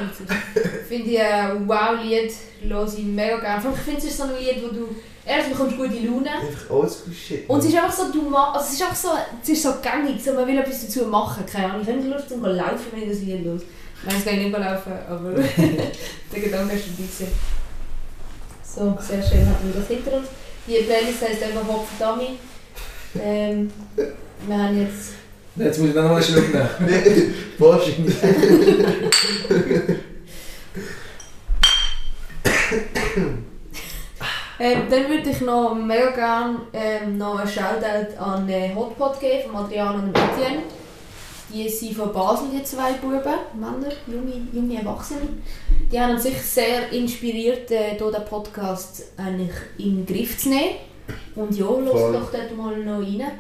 Speaker 2: Finde ich ein wow Lied, los ich mega gerne. Vor allem, Ich finde es ist so ein Lied, wo du erst bekommst du gute Laune
Speaker 4: Einfach Oldschool-Shit.
Speaker 2: und es ist einfach so, du ma- also es ist einfach so, es ist so gängig, so, man will etwas dazu machen. Keine Ahnung, ich habe nicht Lust zum laufen, wenn ich das Lied los. Nein, es geht nicht mal laufen, aber der Gedanke ist ein bisschen. So, sehr schön hatten wir das hinter uns. Die Playlist heisst einfach Hopf Dummy. Ähm, wir haben jetzt
Speaker 5: Jetzt muss ich dann nochmal schlucken.
Speaker 4: Nee, Wahrscheinlich.
Speaker 2: Ähm, dann würde ich noch mega gerne ähm, noch einen Shoutout an äh, Hotpot geben, von Adriano und Etienne. Die sind von Basel, die zwei Buben, Männer, junge, junge Erwachsene. Die haben uns sicher sehr inspiriert, äh, hier den Podcast eigentlich in den Griff zu nehmen. Und ja,
Speaker 3: Voll.
Speaker 2: los doch dort mal noch rein. Genau.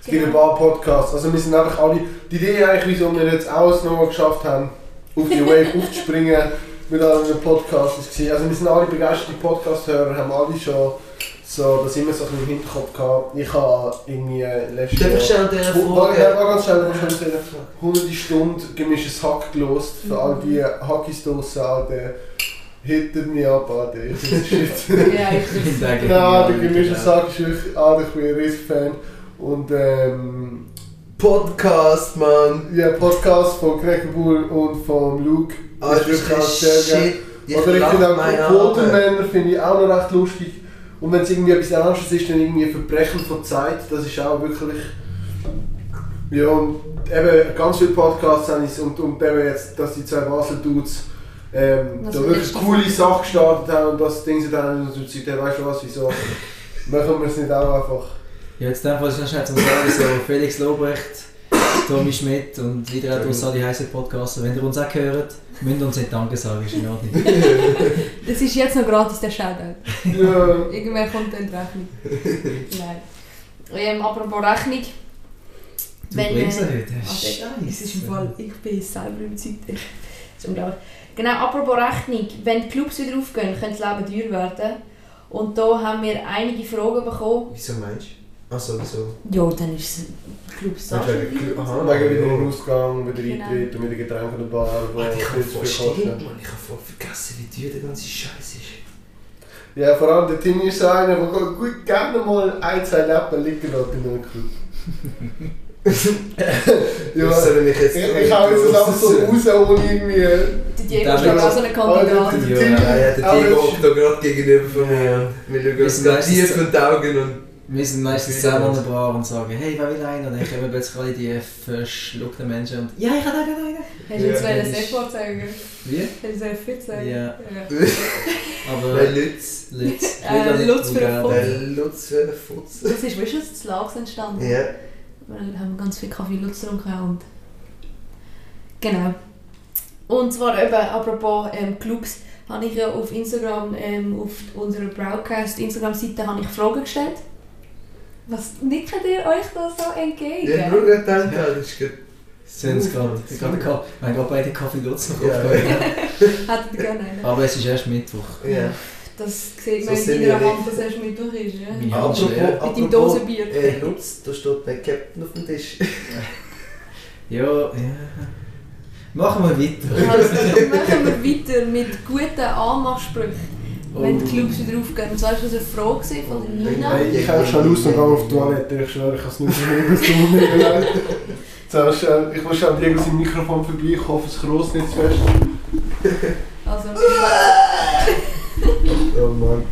Speaker 3: Es gibt ein paar Podcasts. Also wir sind einfach alle. Die Idee eigentlich, wieso wir jetzt auch es nochmal geschafft haben, auf die Wave aufzuspringen mit allen Podcasts, ist gewesen. Also wir sind alle begeisterte Podcast-Hörer, haben alle schon so das immer so ein bisschen im Hinterkopf gehabt. Ich habe irgendwie äh, letztes
Speaker 4: Darf ich
Speaker 3: Jahr...
Speaker 4: schnell an dieser
Speaker 3: Warte,
Speaker 4: Frage...
Speaker 3: warte, ganz schnell, ganz schnell erzählen. hunderte Stunden gemischtes Hack gelost für all die
Speaker 4: Mhm.
Speaker 3: Hackis draussen, Alter. Hittet mich ab, Alter. Ich finde Shit.
Speaker 2: Ja, ich
Speaker 5: Ich sage,
Speaker 3: Ja,
Speaker 5: ja,
Speaker 3: der gemischte
Speaker 5: genau.
Speaker 3: Sack ist wirklich, ah, ich bin ein Riss-Fan. Und ähm,
Speaker 4: Podcast, Mann.
Speaker 3: Ja, Podcast von Kneckenbull und von Luke.
Speaker 4: Ah, das ist kein Shit. Ich
Speaker 3: Oder ich
Speaker 4: lach
Speaker 3: finde
Speaker 4: meinen
Speaker 3: auch
Speaker 4: Namen.
Speaker 3: Quotenmänner finde ich auch noch recht lustig. Und wenn es irgendwie etwas anderes ist, dann irgendwie Verbrechen von Zeit, das ist auch wirklich... Ja, und eben ganz viele Podcasts haben es und, und eben jetzt, dass die zwei Basel-Dudes ähm,
Speaker 2: Was
Speaker 3: da
Speaker 2: wir
Speaker 3: wirklich
Speaker 2: letztes-
Speaker 3: coole Sachen gestartet haben und das Ding sind dann in unserer Zeit, ja, weißt du was, wieso machen wir es nicht auch einfach?
Speaker 5: Ja, jetzt in dem Fall ist es schnell zum Sagen, so Felix Lobrecht, Tommy Schmidt und wieder aus all die heißen Podcaster. Wenn ihr uns auch hört, müsst ihr uns nicht Danke sagen, ist in Ordnung.
Speaker 2: Das ist jetzt noch gratis, der Shoutout.
Speaker 3: Ja.
Speaker 2: Irgendwann kommt dann die Rechnung. Nein. Ähm, apropos Rechnung.
Speaker 5: Du bringst ihn heute.
Speaker 2: Also, Es ist
Speaker 5: Scheiße.
Speaker 2: im Fall, ich bin selber im Zeit. Das ist unglaublich. Genau, apropos Rechnung. Wenn die Clubs wieder aufgehen, könnte das Leben teuer werden. Und da haben wir einige Fragen bekommen.
Speaker 4: Wieso meinst du? Achso, wieso?
Speaker 2: Ja, dann ist es Clubs
Speaker 4: Aha,
Speaker 3: Wegen wieder
Speaker 5: Oh.
Speaker 4: ja.
Speaker 3: im Ausgang, wieder
Speaker 2: Genau.
Speaker 3: Eintritt und wieder Getränke an der
Speaker 5: Ah,
Speaker 3: Bar, wo
Speaker 4: Mann, ich hab
Speaker 3: viel
Speaker 4: voll
Speaker 3: zu viel
Speaker 4: stimmt,
Speaker 3: kosten.
Speaker 4: Mann. Ich hab voll vergessen, wie teuer der ganze Scheiß ist.
Speaker 3: Ja, vor allem der Timmy ist so einer, der gut gerne mal ein, zwei Lappen liegen lässt in einem Club.
Speaker 5: Dus,
Speaker 3: ja,
Speaker 4: soll mich jetzt...
Speaker 3: ich,
Speaker 5: eh,
Speaker 3: ich hau jetzt das einfach so raus, ohne irgendwie...
Speaker 2: Die Diego
Speaker 5: Damit-
Speaker 2: ist auch so ein Kandidat.
Speaker 3: Oh, Alter, der
Speaker 5: Ja,
Speaker 3: Timmy-
Speaker 4: Ja, ja, der
Speaker 3: aber
Speaker 4: Diego
Speaker 3: es-
Speaker 4: hockt da gerade gegenüber von mir. Wir schauen
Speaker 5: Wir
Speaker 4: uns
Speaker 5: sind
Speaker 4: gerade
Speaker 5: meistens
Speaker 4: tief in die Augen und
Speaker 5: Wir sind meistens
Speaker 1: Okay.
Speaker 5: zusammen an der Bar und sagen, hey, wer will einen? Und dann kommen plötzlich alle die verschluckten Menschen und, ja, ich habe auch gerne einen.
Speaker 2: Hast du jetzt
Speaker 5: Ja,
Speaker 2: ja, das
Speaker 5: das ist-
Speaker 2: F-Wort sagen? Hast
Speaker 5: Wie?
Speaker 2: du das F-Wort sagen?
Speaker 5: Ja.
Speaker 2: ja.
Speaker 5: Aber
Speaker 4: Weil Lutz,
Speaker 5: Lutz.
Speaker 2: Äh,
Speaker 5: Wieder nicht
Speaker 2: Lutz für
Speaker 5: vulgär.
Speaker 2: Fuchs.
Speaker 4: der Lutz für Futz.
Speaker 2: Das ist, weißt du, das Lags entstanden.
Speaker 4: Ja,
Speaker 2: Weil haben wir ganz viel Kaffee Lutz getrunken und genau. Und zwar eben, apropos ähm, Clubs, habe ich ja auf Instagram, ähm, auf unserer Broadcast Instagram-Seite habe ich Fragen gestellt. Was nickt ihr euch da so entgegen?
Speaker 4: der Bruder denkt, das ist gut.
Speaker 5: Sie haben es gerade. Sie haben gerade wir haben gerade beide Kaffee Lutz noch
Speaker 4: Ja,
Speaker 5: aufgehört.
Speaker 2: Hättet ihr gerne einen?
Speaker 5: Aber es ist erst Mittwoch.
Speaker 4: Ja.
Speaker 2: Das sieht
Speaker 4: So
Speaker 2: man
Speaker 4: sind
Speaker 2: in deiner
Speaker 4: wir
Speaker 2: Hand, dass er schon mit durch ist. Ja?
Speaker 5: Meine Hand ist leer.
Speaker 4: Apropos,
Speaker 2: Mit dem
Speaker 4: apropos
Speaker 2: Dosenbier.
Speaker 4: äh, Lutz, da steht mein Captain auf dem Tisch.
Speaker 5: Ja, ja. Machen wir weiter.
Speaker 2: Also, machen wir weiter mit guten Anmachsprüchen, wenn die Clubs wieder aufgehen. Und zwar war das eine Frage gewesen von der Nina.
Speaker 3: Nein, ich habe schon aus und gehe auf die Toilette. Ich schwöre, ich kann es nicht mehr aus dem Mund nehmen. Zuerst, äh, Ich muss an Diego sein Mikrofon vorbei. Ich hoffe, es groß nicht zu fest.
Speaker 2: Also,
Speaker 4: Oh Mann.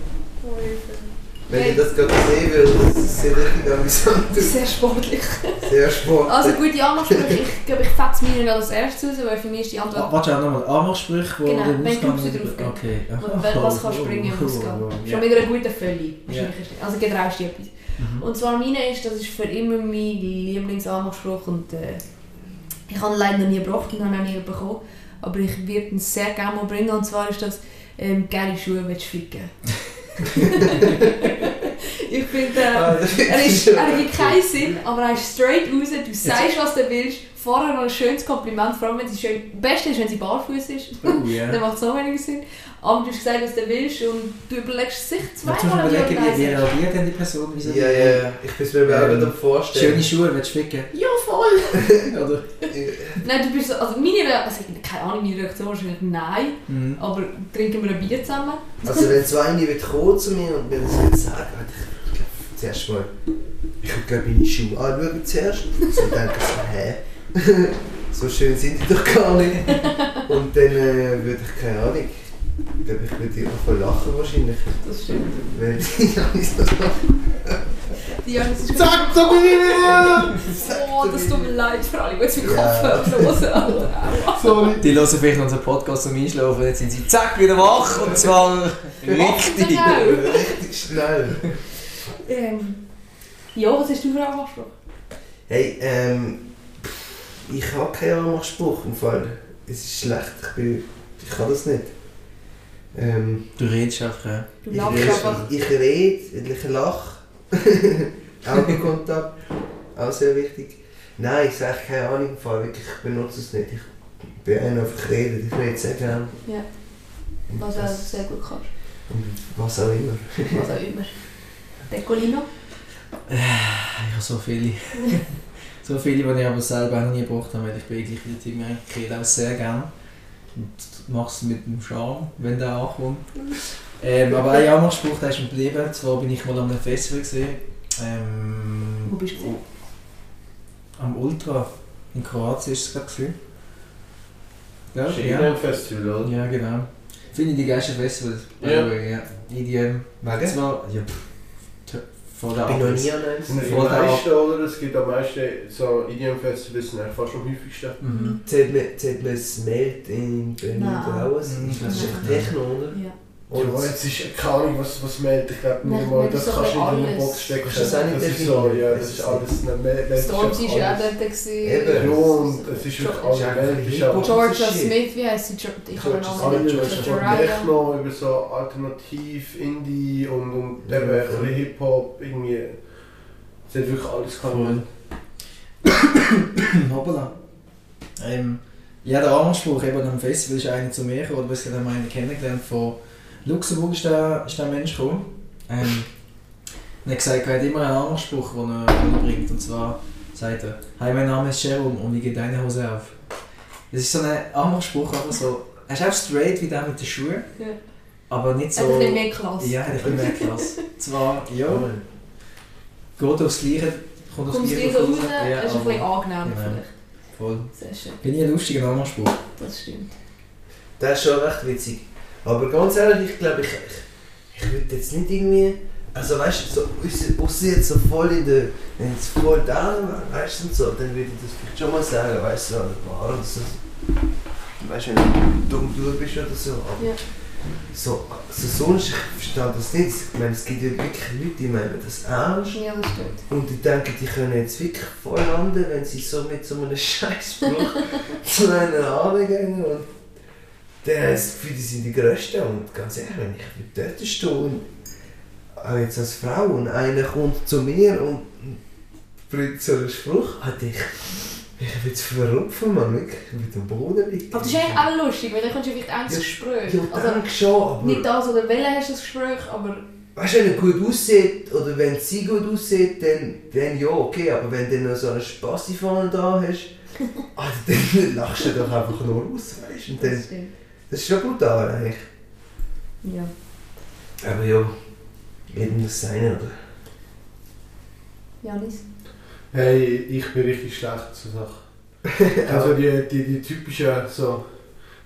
Speaker 4: Wenn ihr das gerade sehen würdet, das ist sehr richtig amüsant. aus.
Speaker 2: sehr sportlich.
Speaker 4: Sehr spannend.
Speaker 2: Also gute Anmachsprüche, ich glaube, ich fetze mir nicht als erstes raus, weil für mich ist die
Speaker 5: Ah,
Speaker 2: Antwort,
Speaker 5: Warte, auch nochmal Anmachsprüche, wo
Speaker 2: Genau,
Speaker 5: du
Speaker 2: wenn
Speaker 5: Ausgang-
Speaker 2: Clubs wieder aufgehen.
Speaker 5: Okay.
Speaker 2: Und wel- was kann springen im Ausgang? schon mit einer guten Fülle. Wahrscheinlich ist- Also getraust dich etwas. Und zwar meine ist, das ist für immer mein Lieblingsanmachspruch und äh, ich habe ihn leider noch nie gebraucht und habe ihn auch nie bekommen, aber ich werde ihn sehr gerne mal bringen und zwar ist das ähm, «Geile Schuhe willst du ficken?» Ich finde,
Speaker 4: Ah,
Speaker 2: äh, er, ist, er gibt keinen Sinn, aber er ist straight raus, du sagst, was du willst, vorher noch ein schönes Kompliment, vor allem wenn sie schön, am besten ist, wenn sie barfuß ist.
Speaker 5: Oh ja.
Speaker 2: Dann macht es noch weniger Sinn. Aber du hast gesagt, was du willst und du überlegst es sich
Speaker 5: Jetzt musst du
Speaker 2: zweimal
Speaker 5: überlegen, wie, wie
Speaker 2: Nein sagst.
Speaker 5: reagiert denn die Person? Wie sie-
Speaker 4: Ja, ja, ich bin mir auch wieder vorstellen.
Speaker 5: Schöne Schuhe, willst du ficken?
Speaker 2: Ja, voll!
Speaker 5: Oder?
Speaker 2: Nein, du bist so, also meine Reaktion, also ich- keine Ahnung, meine Reaktion ist wahrscheinlich nein,
Speaker 5: Mhm.
Speaker 2: aber trinken wir ein Bier zusammen?
Speaker 4: Also wenn so eine wird kommen zu mir und mir das wird sagen, würde ich glaub, zuerst mal, ich würde gerne meine Schuhe anschauen zuerst. So denke ich so, hä? so schön sind die doch gar nicht. Und dann äh, würde ich, keine Ahnung, ich glaube, ich würde irgendwann lachen wahrscheinlich,
Speaker 2: Das stimmt.
Speaker 4: weil ich habe nicht so lachen.
Speaker 2: Die Janis ist
Speaker 3: Zack, da bin ich wieder!
Speaker 2: Oh, das tut mir leid für alle, die jetzt mit
Speaker 4: Ja.
Speaker 2: Kopfhörern Alter.
Speaker 3: Sorry.
Speaker 5: Die hören vielleicht unseren Podcast zum Einschlafen, jetzt sind sie zack wieder wach und zwar richtig.
Speaker 2: Genau.
Speaker 4: Richtig schnell.
Speaker 2: Ähm, ja, was hast du für einen Anspruch?
Speaker 4: Hey, ähm, ich habe keinen Anmachspruch im Fall. Es ist schlecht, ich, bin, ich kann das nicht. Ähm,
Speaker 5: Du redest einfach. ja.
Speaker 2: Du
Speaker 4: ich,
Speaker 2: lachst einfach.
Speaker 4: rede, ich rede, ich lache. Augenkontakt, auch sehr wichtig. Nein, ich sage keine Ahnung im Fall, wirklich, ich benutze es nicht. Ich bin einer, der einfach redet, ich rede sehr gerne.
Speaker 2: Ja.
Speaker 4: Und
Speaker 2: Was du
Speaker 4: das-
Speaker 2: sehr gut kannst.
Speaker 4: und was auch immer.
Speaker 2: Was auch immer. Decolino?
Speaker 5: Ich habe so viele. so viele, die ich aber selber auch noch nie gebraucht habe, weil ich bin gleich wieder Team Ich rede auch sehr gerne. Und mache es mit dem Charme, wenn der ankommt. ähm, aber ein Anmachspruch, der ist mir geblieben. Zwar bin ich mal an einem Festival. Gewesen, ähm,
Speaker 2: Wo bist du gewesen?
Speaker 5: Am Ultra. In Kroatien ist es gerade. gewesen. Ja, ja.
Speaker 1: Festival, oder?
Speaker 5: ja, genau. Finde ich die geilste Festival.
Speaker 1: Ja.
Speaker 5: ja. IDM.
Speaker 4: Wegen?
Speaker 5: Zwar, ja, pff, t- vor der
Speaker 4: Ich bin noch
Speaker 5: Abends.
Speaker 4: nie an eins.
Speaker 3: Am meisten, oder? Es gibt am meisten so IDM-Festivals, sind eigentlich fast am häufigsten.
Speaker 2: Mm.
Speaker 5: Mhm.
Speaker 4: Zählt man, zählt man das Meld in Berlin
Speaker 2: Nein.
Speaker 4: raus?
Speaker 5: Mhm,
Speaker 4: Das ist einfach
Speaker 5: nein.
Speaker 4: Techno, oder?
Speaker 2: Ja.
Speaker 4: Und
Speaker 3: ja, jetzt ist keine Ahnung, was, was meldet. Ich glaube
Speaker 2: Nein,
Speaker 3: nicht mal,
Speaker 2: nicht
Speaker 3: das
Speaker 2: so
Speaker 3: kannst du in eine
Speaker 2: alles.
Speaker 3: Box stecken.
Speaker 4: Kannst du das auch nicht
Speaker 3: ist so,
Speaker 4: definieren?
Speaker 3: ja,
Speaker 4: Das
Speaker 3: das
Speaker 4: ist
Speaker 3: ist alles eine Meld.
Speaker 2: Storms war ja auch dort. gewesen.
Speaker 4: Eben.
Speaker 3: Ja, und es ist wirklich
Speaker 2: Jo-
Speaker 3: alles
Speaker 4: Ist auch
Speaker 3: Meld. Es ist
Speaker 4: Hip-Hop.
Speaker 3: auch
Speaker 2: Georgia
Speaker 4: Shit.
Speaker 2: Smith, wie heißt sie? Jo ich habe den
Speaker 4: Georgia
Speaker 2: Namen
Speaker 3: alles
Speaker 2: nicht.
Speaker 3: über so
Speaker 2: Georgia Ryder.
Speaker 3: Techno, über so Alternativ, Indie und, und
Speaker 4: Ja,
Speaker 3: eben ein bisschen
Speaker 4: voll.
Speaker 3: Hip-Hop. Irgendwie. Es hat wirklich alles
Speaker 5: Voll.
Speaker 3: gehabt.
Speaker 5: Hoppala. Ähm, ja, der Anspruch eben am Festival ist einer zu mir gekommen, oder ich habe einen kennengelernt von Luxemburg ist der, ist der Mensch gekommen. Ähm, und er hat gesagt, er hat immer einen Anspruch, den er, den er bringt. Und zwar sagt er, «Hi, mein Name ist Jerome und wie geht deine Hose auf?» Das ist so ein Anspruch, aber so... Er ist auch straight wie der mit den Schuhen,
Speaker 2: Ja.
Speaker 5: aber nicht
Speaker 2: Hat ein
Speaker 5: so...
Speaker 2: bisschen mehr Klasse.
Speaker 5: Ja, hat ein bisschen mehr Klasse. Zwar, ja, geht aufs Gleiche, kommt aufs
Speaker 2: Kommt es
Speaker 5: Gleiche
Speaker 2: wieder raus,
Speaker 5: ja,
Speaker 2: ist ein
Speaker 5: aber
Speaker 2: bisschen angenehmer
Speaker 5: Genau.
Speaker 2: vielleicht.
Speaker 5: voll.
Speaker 2: Sehr schön,
Speaker 5: Bin ich ein lustiger Anspruch?
Speaker 2: das stimmt.
Speaker 4: Das ist schon recht witzig. Aber ganz ehrlich, ich glaube, ich, ich, ich würde jetzt nicht irgendwie Also weißt du, so, unsere- ausser jetzt so voll in der. Wenn es voll da wäre, weißt du, und so, dann würde ich das vielleicht schon mal sagen, weißt du, so an der Bar oder so. Weißt du, wenn du dumm durch bist oder so. Aber
Speaker 2: Ja.
Speaker 4: so, also sonst, ich verstehe das nicht. Ich meine, es gibt ja wirklich Leute, die meinen das ernst.
Speaker 2: Ja, das stimmt.
Speaker 4: Und ich denke, die können jetzt wirklich voll landen, wenn sie so mit so einem Scheißspruch zu einer Arme gehen. Und der ist für die sind die Größten. Und ganz ehrlich, wenn ich dort stehe, und auch jetzt als Frau, und einer kommt zu mir und bringt so einen Spruch, hat ich. Ich will verrupfen, man, wirklich mit dem Boden liegen.
Speaker 2: Aber das ist eigentlich auch lustig, weil dann kommst du vielleicht auch ins
Speaker 4: Ja.
Speaker 2: Gespräch.
Speaker 4: Ja,
Speaker 2: also,
Speaker 4: denke schon, aber.
Speaker 2: nicht das oder wählen hast du das Gespräch, aber
Speaker 4: Weißt du, wenn er gut aussieht oder wenn sie gut aussieht, dann, dann ja, okay, aber wenn du noch so einen Spassifon da hast, also dann lachst du doch einfach nur aus, weißt du? und
Speaker 2: das
Speaker 4: dann-
Speaker 2: stimmt.
Speaker 4: Das ist schon brutal eigentlich.
Speaker 2: Ja.
Speaker 4: Aber ja, jedem das Seine, oder?
Speaker 2: Janis?
Speaker 3: Hey, ich bin richtig schlecht zur Sache. Also die, die, die typischen so,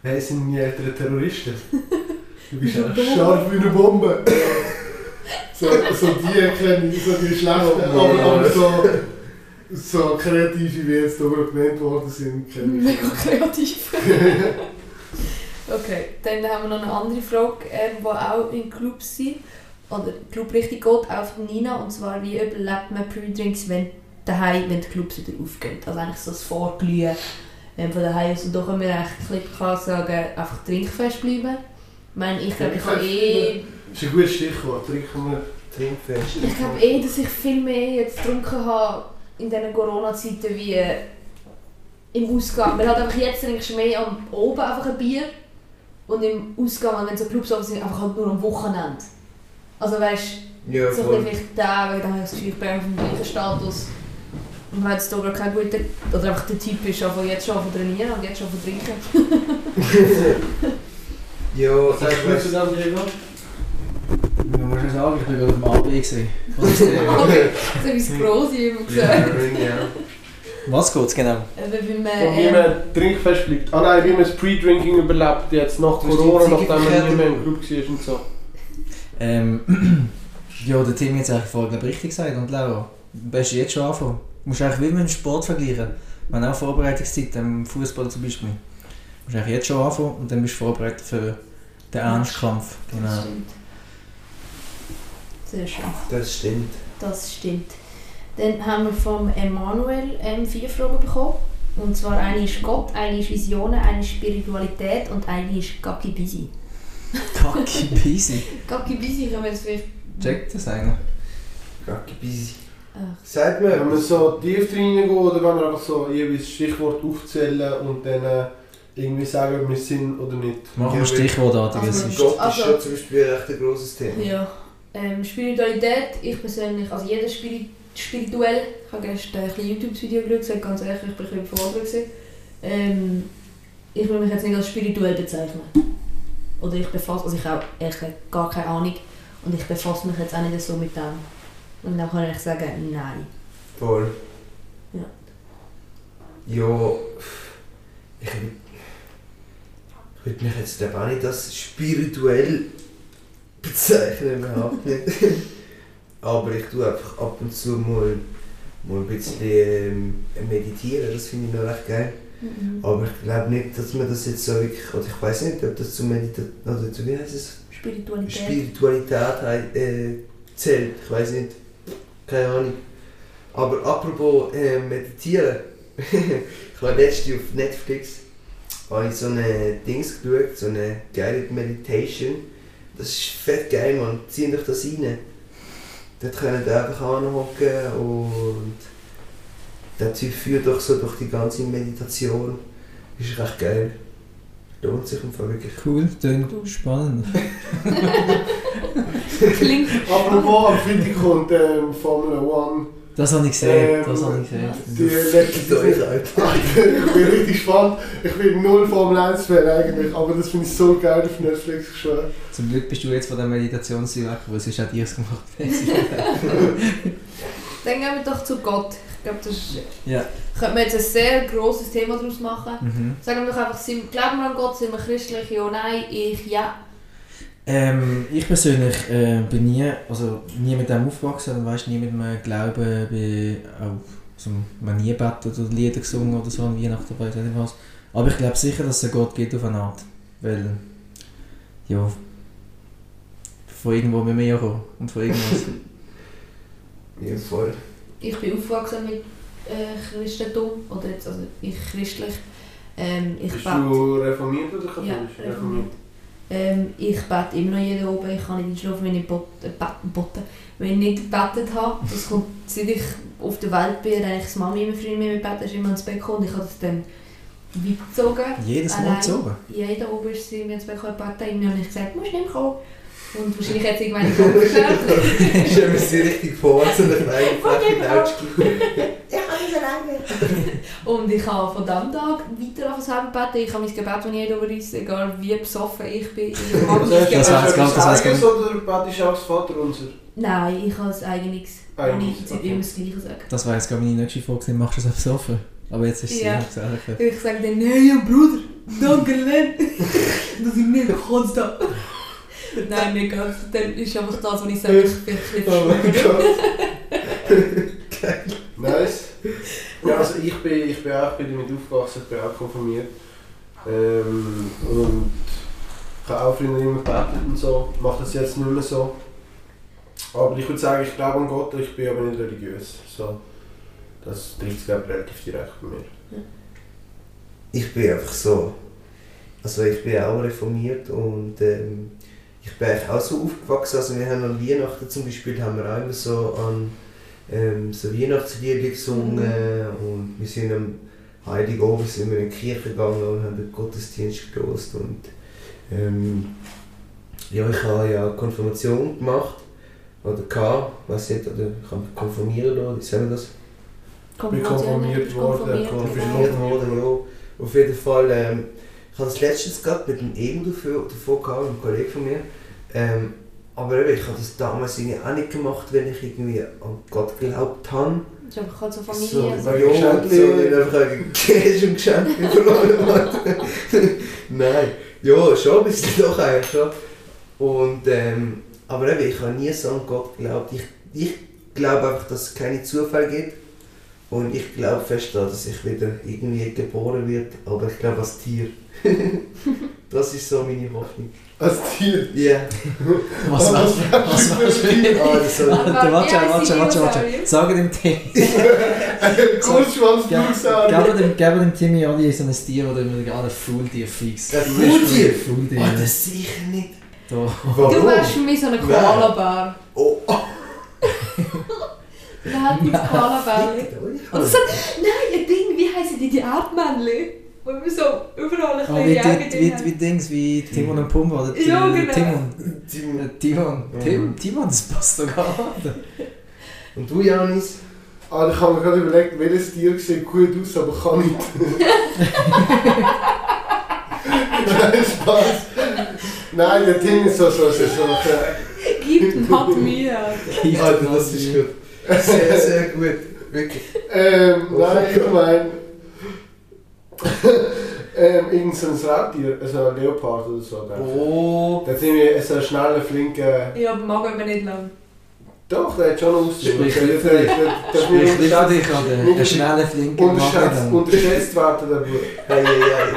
Speaker 3: hey, sind meine Eltern Terroristen? Du bist
Speaker 2: Wie eine
Speaker 3: einfach scharf wie eine Bombe. so, so die kenne ich, so die schlechten,
Speaker 2: Oh
Speaker 3: aber, aber so, so kreative, wie jetzt oben genannt worden sind, kenne ich.
Speaker 2: Mega kreativ. okay, dann haben wir noch eine andere Frage, ähm, die auch in Club sind. Oder Club richtig geht, auch von Nina. Und zwar, wie überlebt man Pre-Drinks, wenn daheim, wenn die Clubs wieder aufgehen? Also eigentlich so das Vorglühen ähm, von daheim aus. Und da können wir eigentlich klipp klar sagen, einfach trinkfest bleiben. Ich meine, ich glaube, ich habe eh,
Speaker 3: Das ist ein gutes Stichwort, trinken wir.
Speaker 4: Trinkfest.
Speaker 2: ich glaube eh, dass ich viel mehr jetzt getrunken habe in diesen Corona-Zeiten wie äh, im Ausgang. Weil halt einfach jetzt trinkst du mehr am oben einfach ein Bier und im Ausgang, wenn so Clubs offen sind, einfach halt nur am Wochenende. Also weißt
Speaker 4: Ja,
Speaker 2: so ein
Speaker 4: voll.
Speaker 2: bisschen da, weil dann habe ich das Gefühl, ich bin auf dem gleichen Status. Und wenn jetzt da gar kein guter, oder einfach der Typ ist, aber jetzt schon von trainieren und jetzt schon von trinken.
Speaker 4: Ja,
Speaker 1: Was sagst du
Speaker 4: sagst
Speaker 1: zu dem, Diego?
Speaker 5: Man muss ja sagen, ich bin gerade am Abend gesehen. Was, äh,
Speaker 2: Okay, so wie
Speaker 4: Mhm.
Speaker 2: das Grosse immer
Speaker 4: du?
Speaker 2: gesagt.
Speaker 4: ja.
Speaker 5: was geht's genau?
Speaker 2: Eben beim,
Speaker 3: Und wie
Speaker 2: äh,
Speaker 3: man trinkfest bleibt. Ah nein, wie man das Pre-Drinking überlebt jetzt nach
Speaker 4: Du hast die
Speaker 3: Corona,
Speaker 4: Ziege
Speaker 3: nachdem man nicht
Speaker 4: verkehrt.
Speaker 3: mehr im Club war und so.
Speaker 5: Ähm, ja, der Tim hat es eigentlich voll glaub, richtig gesagt und Laura, du bist jetzt schon anfangen. Du musst eigentlich wie mit dem Sport vergleichen. Wenn auch Vorbereitungszeit, im Fußball zum Beispiel. Du musst eigentlich jetzt schon anfangen und dann bist du vorbereitet für den Ernstkampf.
Speaker 2: das
Speaker 5: Genau.
Speaker 2: stimmt. Sehr schön.
Speaker 4: Das stimmt.
Speaker 2: Das stimmt. Dann haben wir vom Emanuel ähm, vier Fragen bekommen. Und zwar eine ist Gott, eine ist Visionen, eine ist Spiritualität und eine ist Gaki Bisi.
Speaker 5: Kacki Bisi.
Speaker 2: Gaki Bisi können wir jetzt vielleicht...
Speaker 5: Checkt das eigentlich?
Speaker 4: Kacke busy.
Speaker 2: Ach,
Speaker 4: Sagt mir
Speaker 3: Wenn wir
Speaker 4: etwas.
Speaker 3: so tief reingehen oder wenn wir einfach so jeweils Stichwort aufzählen und dann äh, irgendwie sagen, ob wir sind oder nicht.
Speaker 5: Machen wir Stichwortartiges.
Speaker 2: Also-
Speaker 4: Gott ist
Speaker 2: Also-
Speaker 4: schon zum Beispiel echt ein grosses Thema.
Speaker 2: ja. Ähm, Spiritualität, ich persönlich, also jeder Spirit, spirituell. Ich habe gestern ein bisschen YouTube-Video geschaut, gesagt, ganz ehrlich, ich bin ein bisschen überfordert. gewesen. Ähm, ich will mich jetzt nicht als spirituell bezeichnen. Oder ich befasse, also ich habe ehrlich gesagt gar keine Ahnung. Und ich befasse mich jetzt auch nicht so mit dem. Und dann kann ich sagen, nein.
Speaker 4: Voll.
Speaker 2: Ja.
Speaker 4: Ja, ich, ich würde mich jetzt glaub auch nicht als spirituell bezeichnen, überhaupt nicht. Aber ich tue einfach ab und zu mal, mal ein bisschen ähm, meditieren, das finde ich noch recht geil.
Speaker 2: Mhm.
Speaker 4: Aber ich glaube nicht, dass man das jetzt so wirklich, oder ich weiß nicht, ob das zu Meditation, oder zu wie heißt es,
Speaker 2: Spiritualität.
Speaker 4: Spiritualität hei- äh, zählt. Ich weiß nicht. Keine Ahnung. Aber apropos äh, meditieren. ich habe letztens auf Netflix habe ich so eine Dings geschaut, so eine Guided Meditation. Das ist fett geil, man. Zieht euch das rein. Dort könnt ihr einfach anhocken und der Typ führt euch so durch die ganze Meditation. Ist recht geil. Lohnt sich im Fall wirklich.
Speaker 5: Cool, klingt spannend.
Speaker 2: Klingt.
Speaker 3: Apropos, am Freitag kommt ähm, Formula One.
Speaker 5: Das habe ich gesehen.
Speaker 3: Ähm,
Speaker 5: Das habe ich gesehen.
Speaker 3: Die letzte
Speaker 4: euch,
Speaker 3: Saison. Ah,
Speaker 4: Alter.
Speaker 3: ich bin richtig gespannt. Ich bin null Formel 1 Fan eigentlich, aber das finde ich so geil auf Netflix geschrieben.
Speaker 5: Zum Glück bist du jetzt von der Meditationszeit weg, weil sonst hätte ich es gemacht.
Speaker 2: Dann gehen wir doch zu Gott. Ich glaube, das ist,
Speaker 5: Ja.
Speaker 2: könnte man jetzt ein sehr grosses Thema daraus machen.
Speaker 5: mhm.
Speaker 2: Sagen wir doch einfach, sind, glauben wir an Gott, sind wir christlich, ja, nein, ich, ja.
Speaker 5: Ähm, ich persönlich äh, bin nie, also nie mit dem aufgewachsen, und weißt nie mit einem Glauben, bin auch also, man nie betet oder Lieder gesungen oder so an Weihnachten, weiß ich nicht was. Aber ich glaube sicher, dass es einen Gott gibt auf eine Art, weil ja von irgendwo müssen wir ja kommen und von irgendwas.
Speaker 4: Ja, voll.
Speaker 2: ich bin aufgewachsen mit äh, Christentum oder jetzt also ich christlich ähm, ich
Speaker 3: Bist
Speaker 2: bete
Speaker 3: du reformiert oder katholisch?
Speaker 2: ja reformiert ähm, ich bete immer noch jeden oben ich kann nicht schlafen wenn ich bot, äh, bet- botte. wenn ich nicht gebetet habe das kommt seit ich auf der Welt bin dann ich das Mami immer früh mit mir beten ist immer ins Bett gekommen und ich habe das dann weitergezogen
Speaker 5: Jedes Mal
Speaker 2: Allein.
Speaker 5: zu oben.
Speaker 2: jeder oben ist sie mir ins Bett gekommen beten irgendwie habe ich gesagt musst nicht mehr kommen und wahrscheinlich hat sie irgendwann nicht aufgeschafft
Speaker 4: Ich stelle mir sie richtig vor, so eine kleine flache Lautstärke.
Speaker 2: Und ich habe von diesem Tag weiter auf das Bett. Ich habe mein Gebet, das ich jeder über uns, egal wie besoffen ich bin, ich habe mein
Speaker 5: Das
Speaker 2: Gebet.
Speaker 5: heißt-
Speaker 3: das
Speaker 5: glaub, das heißt-
Speaker 3: eigenes oder betest du auch das Vaterunser?
Speaker 2: Nein, ich habe ein eigenes. Und
Speaker 3: Eigenes,
Speaker 2: ich sage
Speaker 3: okay.
Speaker 2: immer das Gleiche. Sage.
Speaker 5: Das war jetzt gar meine nächste Frage, gewesen, machst du es auf Sofa? Aber jetzt ist sie
Speaker 2: Ja.
Speaker 5: ja. gesagt.
Speaker 2: Ich sage dann, nein, ja, Bruder, danke, Len, dass ich nicht kannst da. Nein, nicht ganz. Dann ist einfach das, was ich sage, ich bin ein bisschen schwierig.
Speaker 3: Nice. Ja, also ich bin, ich bin auch ich bin damit aufgewachsen, ich bin auch konfirmiert. Ähm, und ich habe auch früher immer gebetet und so, mache das jetzt nicht mehr so. Aber ich würde sagen, ich glaube an Gott, ich bin aber nicht religiös. So, das trifft es glaube ich relativ direkt bei mir.
Speaker 4: Ich bin einfach so. Also ich bin auch reformiert und ähm, ich bin eigentlich auch so aufgewachsen. Also wir haben an Weihnachten zum Beispiel haben wir auch immer so an ähm, so Weihnachtslieder gesungen und wir sind am Heiligabend sind wir in die Kirche gegangen und haben den Gottesdienst gelost und ähm, ja, ich habe ja Konfirmation gemacht oder K, weiß nicht, oder ich habe mich konfirmieren lassen, wie sagen wir das?
Speaker 3: bin konfirmiert worden,
Speaker 4: konfirmiert worden, ja. Auf jeden Fall, ähm, ich hatte das letztens gerade mit einem Eben dafür, davor gehabt, einem Kollegen von mir. Ähm, aber eben, ich habe das damals irgendwie auch nicht gemacht, wenn ich irgendwie an Gott geglaubt habe.
Speaker 2: Ich habe halt so
Speaker 4: So,
Speaker 2: Familie.
Speaker 4: ja,
Speaker 3: Weil
Speaker 4: und so,
Speaker 3: Geschenke-
Speaker 4: weil einfach ein Cash und Geschenk verloren hat. Nein, ja, schon ein bisschen doch eigentlich schon. Und, ähm, aber eben, ich habe nie so an Gott geglaubt. Ich, ich glaube einfach, dass es keine Zufälle gibt. Und ich glaube fest daran, dass ich wieder irgendwie geboren wird, aber ich glaube als Tier. das ist so meine Hoffnung.
Speaker 3: Als Tier.
Speaker 4: Ja.
Speaker 5: Was was was was?
Speaker 4: Also,
Speaker 5: Warte, warte, warte, warte, warte. Sag dem Tim.
Speaker 3: Kurzschwanz,
Speaker 5: Ja,
Speaker 3: Blutsauer.
Speaker 5: Geben dem, geben dem Timmy Adi so ein Tier, oder immer gerade ein Fulltier fix.
Speaker 4: Ein Faultier?
Speaker 5: Fulltier.
Speaker 4: oh, das sicher nicht.
Speaker 5: Da.
Speaker 2: Du
Speaker 4: Warum?
Speaker 2: wärst für mich so eine
Speaker 4: Nein.
Speaker 2: Koala-Bar.
Speaker 4: Oh, oh,
Speaker 2: Nein, die Koala-Bälle.
Speaker 4: fickt euch.
Speaker 2: Oder so, nein, ein Ding, wie heißen die, die Erdmännchen? Wo wir so überall ein
Speaker 5: Oh, wie,
Speaker 2: Jäger
Speaker 5: wie, wie,
Speaker 2: drin
Speaker 5: wie
Speaker 2: haben.
Speaker 5: Dings, wie Timon und Pumba, oder
Speaker 2: Ja,
Speaker 5: Ti-
Speaker 2: genau.
Speaker 5: Timon.
Speaker 4: Die-
Speaker 5: Äh, Timon. Tim,
Speaker 4: Mhm.
Speaker 5: Timon, das passt doch gar nicht.
Speaker 4: Und du, Janis?
Speaker 3: Ah, ich habe mir gerade überlegt, welches Tier sieht gut aus, aber kann nicht. Nein, Spaß. Nein, der Tim ist so, so, so, so.
Speaker 2: Gibt nicht mehr.
Speaker 4: Alter, das ist gut. Sehr, sehr gut. Wirklich.
Speaker 3: Ähm, nein, ich meine. ähm, irgend so ein Raubtier, also ein Leopard oder so. Der
Speaker 4: Oh.
Speaker 3: Der Tim ist so ein schneller, flinker.
Speaker 2: Ja, aber mag immer nicht lang.
Speaker 3: Doch, der hat schon Aussehen.
Speaker 5: Sprich
Speaker 3: Der-
Speaker 5: nicht für
Speaker 3: der-
Speaker 5: dich.
Speaker 3: der- der-
Speaker 5: Das spricht nicht für dich,
Speaker 3: Nicht
Speaker 5: oder?
Speaker 3: für-
Speaker 5: Der schnelle, flinke
Speaker 3: Unterschätzt,
Speaker 5: Magen.
Speaker 3: unterschätzt werden der Bub.
Speaker 4: Hey, hey, hey.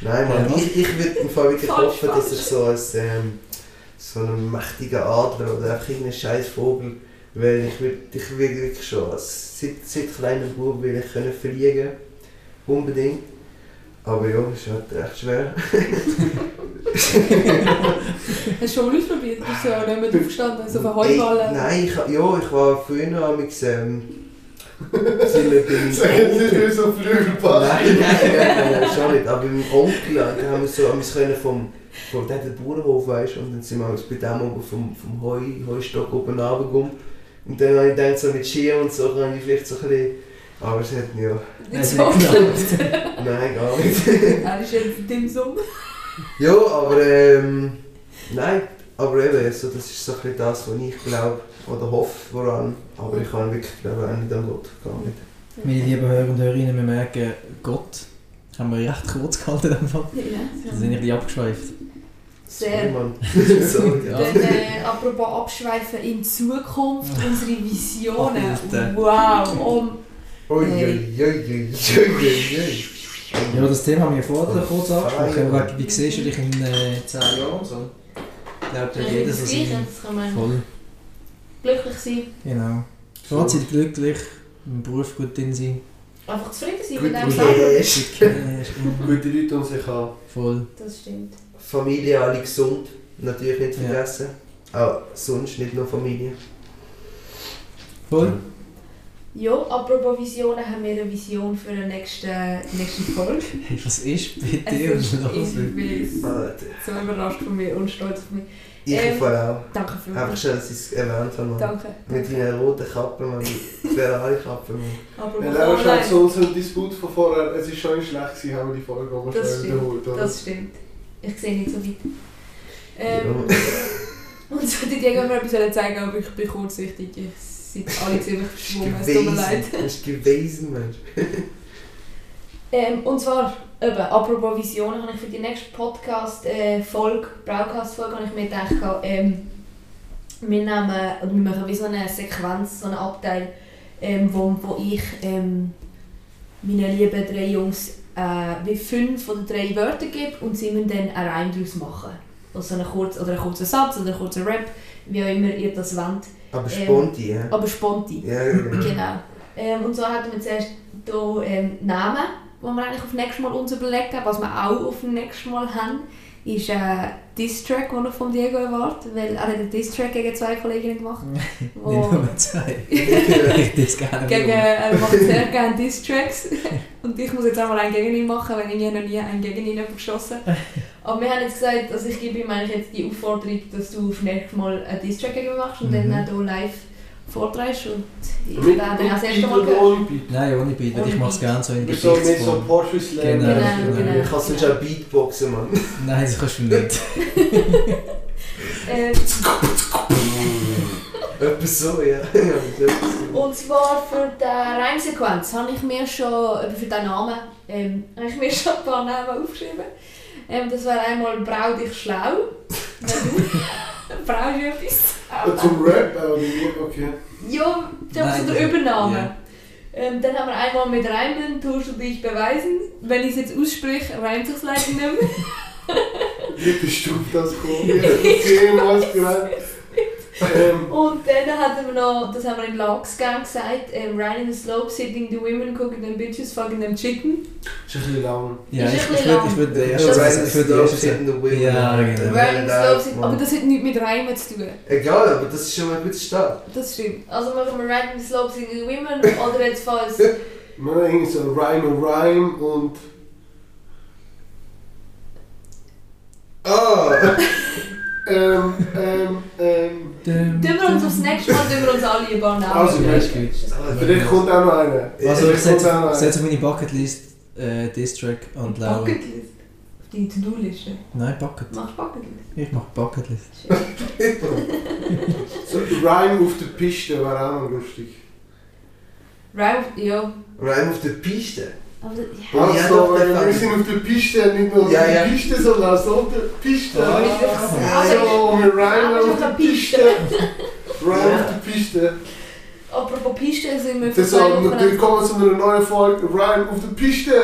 Speaker 4: Nein, Mann,
Speaker 5: Ja.
Speaker 4: ich, ich würde im Fall wirklich
Speaker 2: Falsch,
Speaker 4: hoffen, dass
Speaker 2: falsch.
Speaker 4: ich so als ähm, so einen mächtigen Adler oder einfach irgendeinen scheiß Vogel, weil ich würde ich würd wirklich schon als seit, seit kleiner Bub will ich können fliegen, unbedingt. Aber ja, ist halt echt schwer.
Speaker 2: Hast du schon mal ausprobiert? Du bist ja nicht mehr aufgestanden, so auf einer Also Heuballen.
Speaker 4: Ey, Nein, ich, ja, ich war früher noch mit ähm, Silber bin ich-
Speaker 3: Sagen Sie nicht so Flügelpass.
Speaker 4: Nein, nein, nein, nein, schon nicht. Aber mit dem Onkel, da haben wir so, haben wir es können vom, vom der hat den Bauernhof, weißt du, und dann sind wir halt bei dem oben vom, vom Heu, Heustock oben runtergekommen. Und dann habe ich gedacht, so mit Ski und so kann ich vielleicht so ein bisschen... Aber es hat, ja,
Speaker 2: Nicht so oft.
Speaker 4: nein, gar nicht.
Speaker 2: Er ist jetzt in dem Sommer.
Speaker 4: Ja, aber ähm, nein, aber eben, also das ist so ein bisschen das, was ich glaube oder hoffe woran, aber ich kann wirklich glaube auch nicht an Gott, gar nicht.
Speaker 5: Meine lieben Hörer und Hörerinnen, wir merken, Gott haben wir recht kurz gehalten. am Anfang.
Speaker 2: Ja.
Speaker 5: Da sind wir ein bisschen abgeschweift.
Speaker 2: Sehr.
Speaker 4: Mann. so, ja.
Speaker 2: Dann, äh, apropos Abschweifen in Zukunft, unsere Visionen.
Speaker 5: Alter.
Speaker 2: Wow. Oh,
Speaker 4: Ui, ui, ui, ui, ui, ui.
Speaker 5: Ja, das Thema haben wir vorher kurz angesprochen.
Speaker 4: Feier.
Speaker 5: aber Wie siehst du dich in äh, 10 Jahren? So? Ich glaube, da
Speaker 2: das
Speaker 5: hat
Speaker 2: ist
Speaker 5: jeder
Speaker 2: das
Speaker 5: so
Speaker 2: Gleiche.
Speaker 5: sein.
Speaker 2: Das kann man
Speaker 5: eh Voll.
Speaker 2: glücklich sein.
Speaker 5: Genau.
Speaker 4: So.
Speaker 5: Fazit glücklich, im Beruf gut drin sein.
Speaker 2: Einfach zufrieden sein
Speaker 3: Gut,
Speaker 2: mit dem
Speaker 3: gut.
Speaker 2: Leben.
Speaker 5: Zeit kennen, äh, ist immer
Speaker 3: Gute Leute um sich haben.
Speaker 5: Voll.
Speaker 2: Das stimmt.
Speaker 4: Familie, alle gesund, natürlich nicht
Speaker 5: Ja.
Speaker 4: vergessen. Auch sonst nicht nur Familie.
Speaker 5: Voll.
Speaker 2: Ja, apropos Visionen, haben wir eine Vision für die nächste, nächste Folge.
Speaker 5: Was ist
Speaker 2: Es
Speaker 5: bitte
Speaker 2: ist,
Speaker 5: und
Speaker 2: ich
Speaker 5: los?
Speaker 2: bin
Speaker 4: Alter,
Speaker 2: so überrascht von mir und stolz auf mich.
Speaker 4: Ah, ich
Speaker 2: Ähm.
Speaker 4: ähm, Fall auch.
Speaker 2: Danke für
Speaker 4: Einfach schon, dass ich es erwähnt habe. Mann.
Speaker 2: Danke.
Speaker 4: Mit deiner roten Kappe, Mann. Ferrari-Kappe, Mann.
Speaker 2: Apropos
Speaker 3: Wir lernen schon
Speaker 2: online.
Speaker 3: zu unserem Disput von vorher. Es ist schon nicht schlecht gewesen, haben wir die Folge aber
Speaker 2: Das
Speaker 3: schnell
Speaker 2: stimmt.
Speaker 3: wiederholt. oder?
Speaker 2: Das stimmt. Ich sehe nicht so weit. Ähm, Und so die Diego hat mir etwas zeigen, aber ich bin kurzsichtig. Ich sind alle ziemlich verschwommen. Es tut mir leid.
Speaker 4: Das ist gewesen, Mensch.
Speaker 2: Ähm, und zwar, eben, apropos Visionen, habe ich für die nächste Podcast-Folge, Broadcast-Folge, habe ich mir gedacht, ähm, wir nehmen, oder wir machen wie so eine Sequenz, so einen Abteil, ähm, wo, wo ich ähm, meinen lieben drei Jungs äh, wie fünf oder drei Wörter gebe und sie müssen dann einen Reim daraus machen. Also so einen kurzen, oder einen kurzen Satz oder einen kurzen Rap, wie auch immer ihr das wollt,
Speaker 4: Aber
Speaker 2: Ähm.
Speaker 4: spontan, ja.
Speaker 2: aber spontan.
Speaker 4: Ja, genau.
Speaker 2: Genau. Ähm, und so hatten wir zuerst hier ähm, Namen, die wir eigentlich auf nächstes Mal uns überlegt haben. Was wir auch auf nächstes Mal haben, ist äh, Diss-Track, den ich von Diego erwartet. Weil er hat einen Diss-Track gegen zwei Kolleginnen gemacht.
Speaker 5: Nicht
Speaker 2: wo
Speaker 5: nur zwei.
Speaker 2: Oh. gegen, äh,
Speaker 5: Ich das gerne wiederum.
Speaker 2: er macht sehr gerne Diss-Tracks. und ich muss jetzt auch mal einen gegen ihn machen, weil ich habe noch nie einen gegen ihn geschossen Aber wir haben jetzt gesagt, also ich gebe ihm eigentlich jetzt die Aufforderung, dass du auf nächstes Mal einen Diss-Track gegen ihn machst und
Speaker 5: Mhm.
Speaker 2: dann auch hier live vorträgst. Und ich
Speaker 3: Mit-
Speaker 2: werde dann auch das erste
Speaker 3: mit
Speaker 2: Mal hören.
Speaker 3: Idol bitte.
Speaker 5: Nein, ohne Beat, weil ich mache es gerne so in
Speaker 3: Mit so, mit so
Speaker 5: Gesichtsform.
Speaker 3: Porsche Slam.
Speaker 5: Genau,
Speaker 2: Genau, genau.
Speaker 4: Ich kann sonst auch Beatboxen, Mann.
Speaker 5: Nein, das kannst du nicht.
Speaker 2: Ähm,
Speaker 4: Etwas so, ja. ja.
Speaker 2: Und zwar für die Reimsequenz habe ich mir schon, äh, für den Namen, ähm, habe ich mir schon ein paar Namen aufgeschrieben. Ähm, das wäre einmal Brau dich schlau. Brauchst du etwas?
Speaker 3: Äh, Zum Rap, äh, oder wie? okay.
Speaker 2: Ja, das
Speaker 5: Nein,
Speaker 2: ist so
Speaker 5: das-
Speaker 2: der Übername.
Speaker 5: ja.
Speaker 2: Ähm, dann haben wir einmal mit Reimen, tust du dich beweisen. Wenn ich es jetzt ausspreche, reimt sich leider nicht mehr.
Speaker 3: Wie bist du auf das gekommen? Ich habe das jemals gelernt. Ähm,
Speaker 2: Und dann hatten wir noch, das haben wir im Lachs Gang gesagt, ähm, Riding the slope, sitting the women, cooking them bitches, fucking them chicken.
Speaker 3: ist ein bisschen lang.
Speaker 5: Ja,
Speaker 2: Ist
Speaker 5: ich
Speaker 2: ein bisschen
Speaker 5: würde ich würde
Speaker 4: Der
Speaker 5: den
Speaker 4: erste
Speaker 5: ersten
Speaker 4: Ryan
Speaker 5: sagen, ich würde den ersten
Speaker 4: Slope
Speaker 5: sagen.
Speaker 4: in the Wind.
Speaker 5: Ja, genau.
Speaker 2: Riding the oh, slope, sit-
Speaker 4: Mann.
Speaker 2: aber das hat nichts mit Reimen zu tun.
Speaker 4: Egal, aber das ist schon mal ein guter Start.
Speaker 2: Das stimmt. Also machen wir Random Slopes in the Women oder jetzt falls. Nein,
Speaker 3: Man hat irgendwie so Rhyme und Rhyme und.
Speaker 4: Ah!
Speaker 3: Ähm, ähm, ähm.
Speaker 2: tun
Speaker 5: Dum,
Speaker 2: wir uns aufs nächste Mal tun wir uns alle ein paar Namen.
Speaker 3: Also,
Speaker 5: Ja, ist gut.
Speaker 4: Ah,
Speaker 3: vielleicht kommt auch noch einer.
Speaker 5: Also ich
Speaker 3: Vielleicht kommt
Speaker 5: setze,
Speaker 3: auch noch einer.
Speaker 5: setze auf meine Bucketlist äh, Distrack und Laura.
Speaker 2: Bucketlist. Auf deine To-Do-Liste.
Speaker 5: Nein, Bucket.
Speaker 2: Machst du Bucketlist?
Speaker 5: Ich mache Bucketlist.
Speaker 2: Schön.
Speaker 3: So, Rhyme auf der Piste wäre auch noch lustig.
Speaker 2: Ralph, ja.
Speaker 4: Rhyme auf der Piste.
Speaker 2: Aber das- ja.
Speaker 4: Ja,
Speaker 3: Also,
Speaker 4: doch,
Speaker 3: weil
Speaker 4: der
Speaker 3: wir
Speaker 4: Fall.
Speaker 3: sind auf der Piste, nicht nur auf
Speaker 4: Ja,
Speaker 3: der
Speaker 4: ja.
Speaker 3: Piste, sondern auch so auf der Piste.
Speaker 5: Ah,
Speaker 2: ja.
Speaker 3: so, wir
Speaker 2: Ah,
Speaker 3: rein
Speaker 2: wir sind
Speaker 3: auf der Piste. Rein
Speaker 4: Ja.
Speaker 3: auf der Piste.
Speaker 2: Apropos Piste sind wir für
Speaker 3: Das
Speaker 2: zwei
Speaker 3: sagen wir,
Speaker 2: Wochen.
Speaker 3: willkommen zu einer neuen Folge. Rein auf der Piste.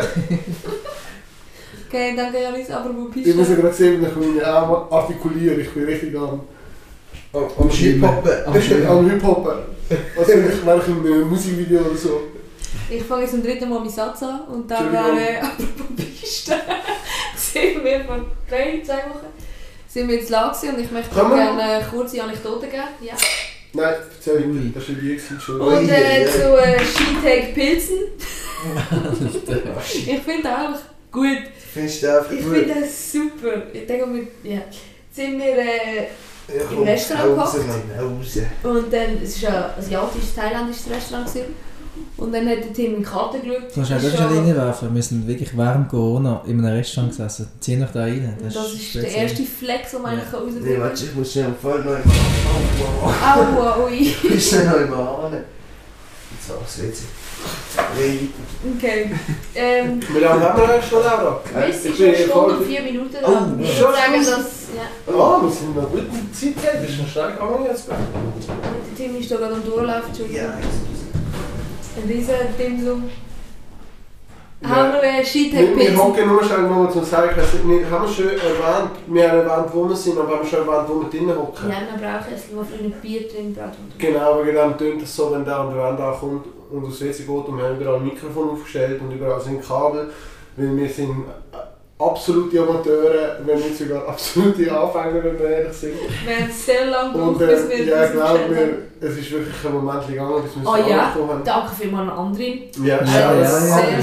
Speaker 2: Okay, danke Janis, apropos
Speaker 3: Ich muss ja
Speaker 2: Piste.
Speaker 3: gerade sehen, wie ich meine Arme artikuliere. Ich bin richtig am,
Speaker 4: Am am
Speaker 5: Schwimmen.
Speaker 4: Hip-Hoppen.
Speaker 5: Am Schwimmen.
Speaker 3: am Hip-Hoppen. Also, ich mache in einem Musikvideo oder so.
Speaker 2: Ich fange jetzt zum dritten Mal meinen Satz an und dann
Speaker 3: Entschuldigung.
Speaker 2: wäre äh, apropos Piste. sind wir vor drei, zwei Wochen sind wir jetzt lang gewesen und ich möchte
Speaker 3: Können wir-
Speaker 2: gerne eine kurze Anekdote geben. Ja.
Speaker 3: Nein, erzähl
Speaker 5: Ui.
Speaker 3: ich Das war wie gewesen, schon.
Speaker 4: Ui.
Speaker 2: Und äh,
Speaker 4: Ui, ui.
Speaker 2: zu äh, Skitag Pilzen.
Speaker 5: Alter.
Speaker 2: Ich finde das einfach gut.
Speaker 4: Findest du einfach
Speaker 2: Ich
Speaker 4: gut?
Speaker 2: finde das super. Ich denke, wir, ja. sind wir äh,
Speaker 4: Ja, komm,
Speaker 2: im Restaurant
Speaker 4: raus,
Speaker 2: gekocht.
Speaker 4: Mann, raus.
Speaker 2: und dann, es war ein asiatisches, thailändisches Restaurant gewesen. und dann hat der Tim in die Karte geschaut.
Speaker 5: Kannst du auch
Speaker 2: Ist
Speaker 5: das
Speaker 2: schon-
Speaker 5: schnell reinwerfen? Wir sind wirklich während Corona in einem Restaurant gesessen. Zieh noch da rein.
Speaker 2: Und Das ist der
Speaker 5: speziell.
Speaker 2: erste Flex, den man
Speaker 5: Ja.
Speaker 2: eigentlich rausnehmen
Speaker 4: Nee,
Speaker 2: kann.
Speaker 4: warte, ich muss schnell am Fall noch einmal. Oh, wow.
Speaker 2: Aua, ui.
Speaker 4: Ich muss schnell noch einmal an. Jetzt war es witzig. Nee,
Speaker 2: Okay. Ähm,
Speaker 3: Wie lange haben wir eigentlich schon, Laura?
Speaker 2: es
Speaker 3: ich
Speaker 2: ist
Speaker 3: bin
Speaker 2: eine Stunde
Speaker 3: voll-
Speaker 2: und vier Minuten
Speaker 4: Oh,
Speaker 2: lang. ich
Speaker 3: schon
Speaker 2: würde sagen,
Speaker 3: Schluss?
Speaker 2: dass... Ja,
Speaker 3: Ah, wir sind in einer guten Zeit, gell? Das ist ein starker Mann jetzt. gell?
Speaker 2: der Tim ist da gerade am Durchlaufen. Entschuldigung.
Speaker 4: Ja,
Speaker 2: Ein riesen Tim nou so...
Speaker 3: Ja.
Speaker 2: Haben wir einen
Speaker 3: Wir, wir
Speaker 2: Shit-Hack-Pizza?
Speaker 3: hocken nur schnell nochmal zum Sagen. Also, wir haben schon erwähnt, wir haben erwähnt, wo wir sind, aber wir haben schon erwähnt, wo wir drinnen hocken.
Speaker 2: Ja, nou, dann brauche ich es, wo für ein Bier drin braucht. und-
Speaker 3: Genau, aber dann tönt es so, wenn der an der Wand ankommt und aus WC geht und wir haben überall ein Mikrofon aufgestellt und überall sind Kabel, weil wir sind äh, absolute Amateure, wenn nicht sogar absolute Anfänger, wenn wir ehrlich sind.
Speaker 2: Wir haben sehr lange
Speaker 3: Und
Speaker 2: gebraucht, bis
Speaker 3: äh,
Speaker 2: wir
Speaker 3: ja,
Speaker 2: das
Speaker 3: glaub
Speaker 2: bestellt haben.
Speaker 3: mir, es ist wirklich ein Moment gegangen, bis wir es
Speaker 2: Ah, ja?
Speaker 3: angekommen
Speaker 2: Danke vielmals an Andrin.
Speaker 3: haben. Ja,
Speaker 5: Ja,
Speaker 2: Also
Speaker 5: ja, ja.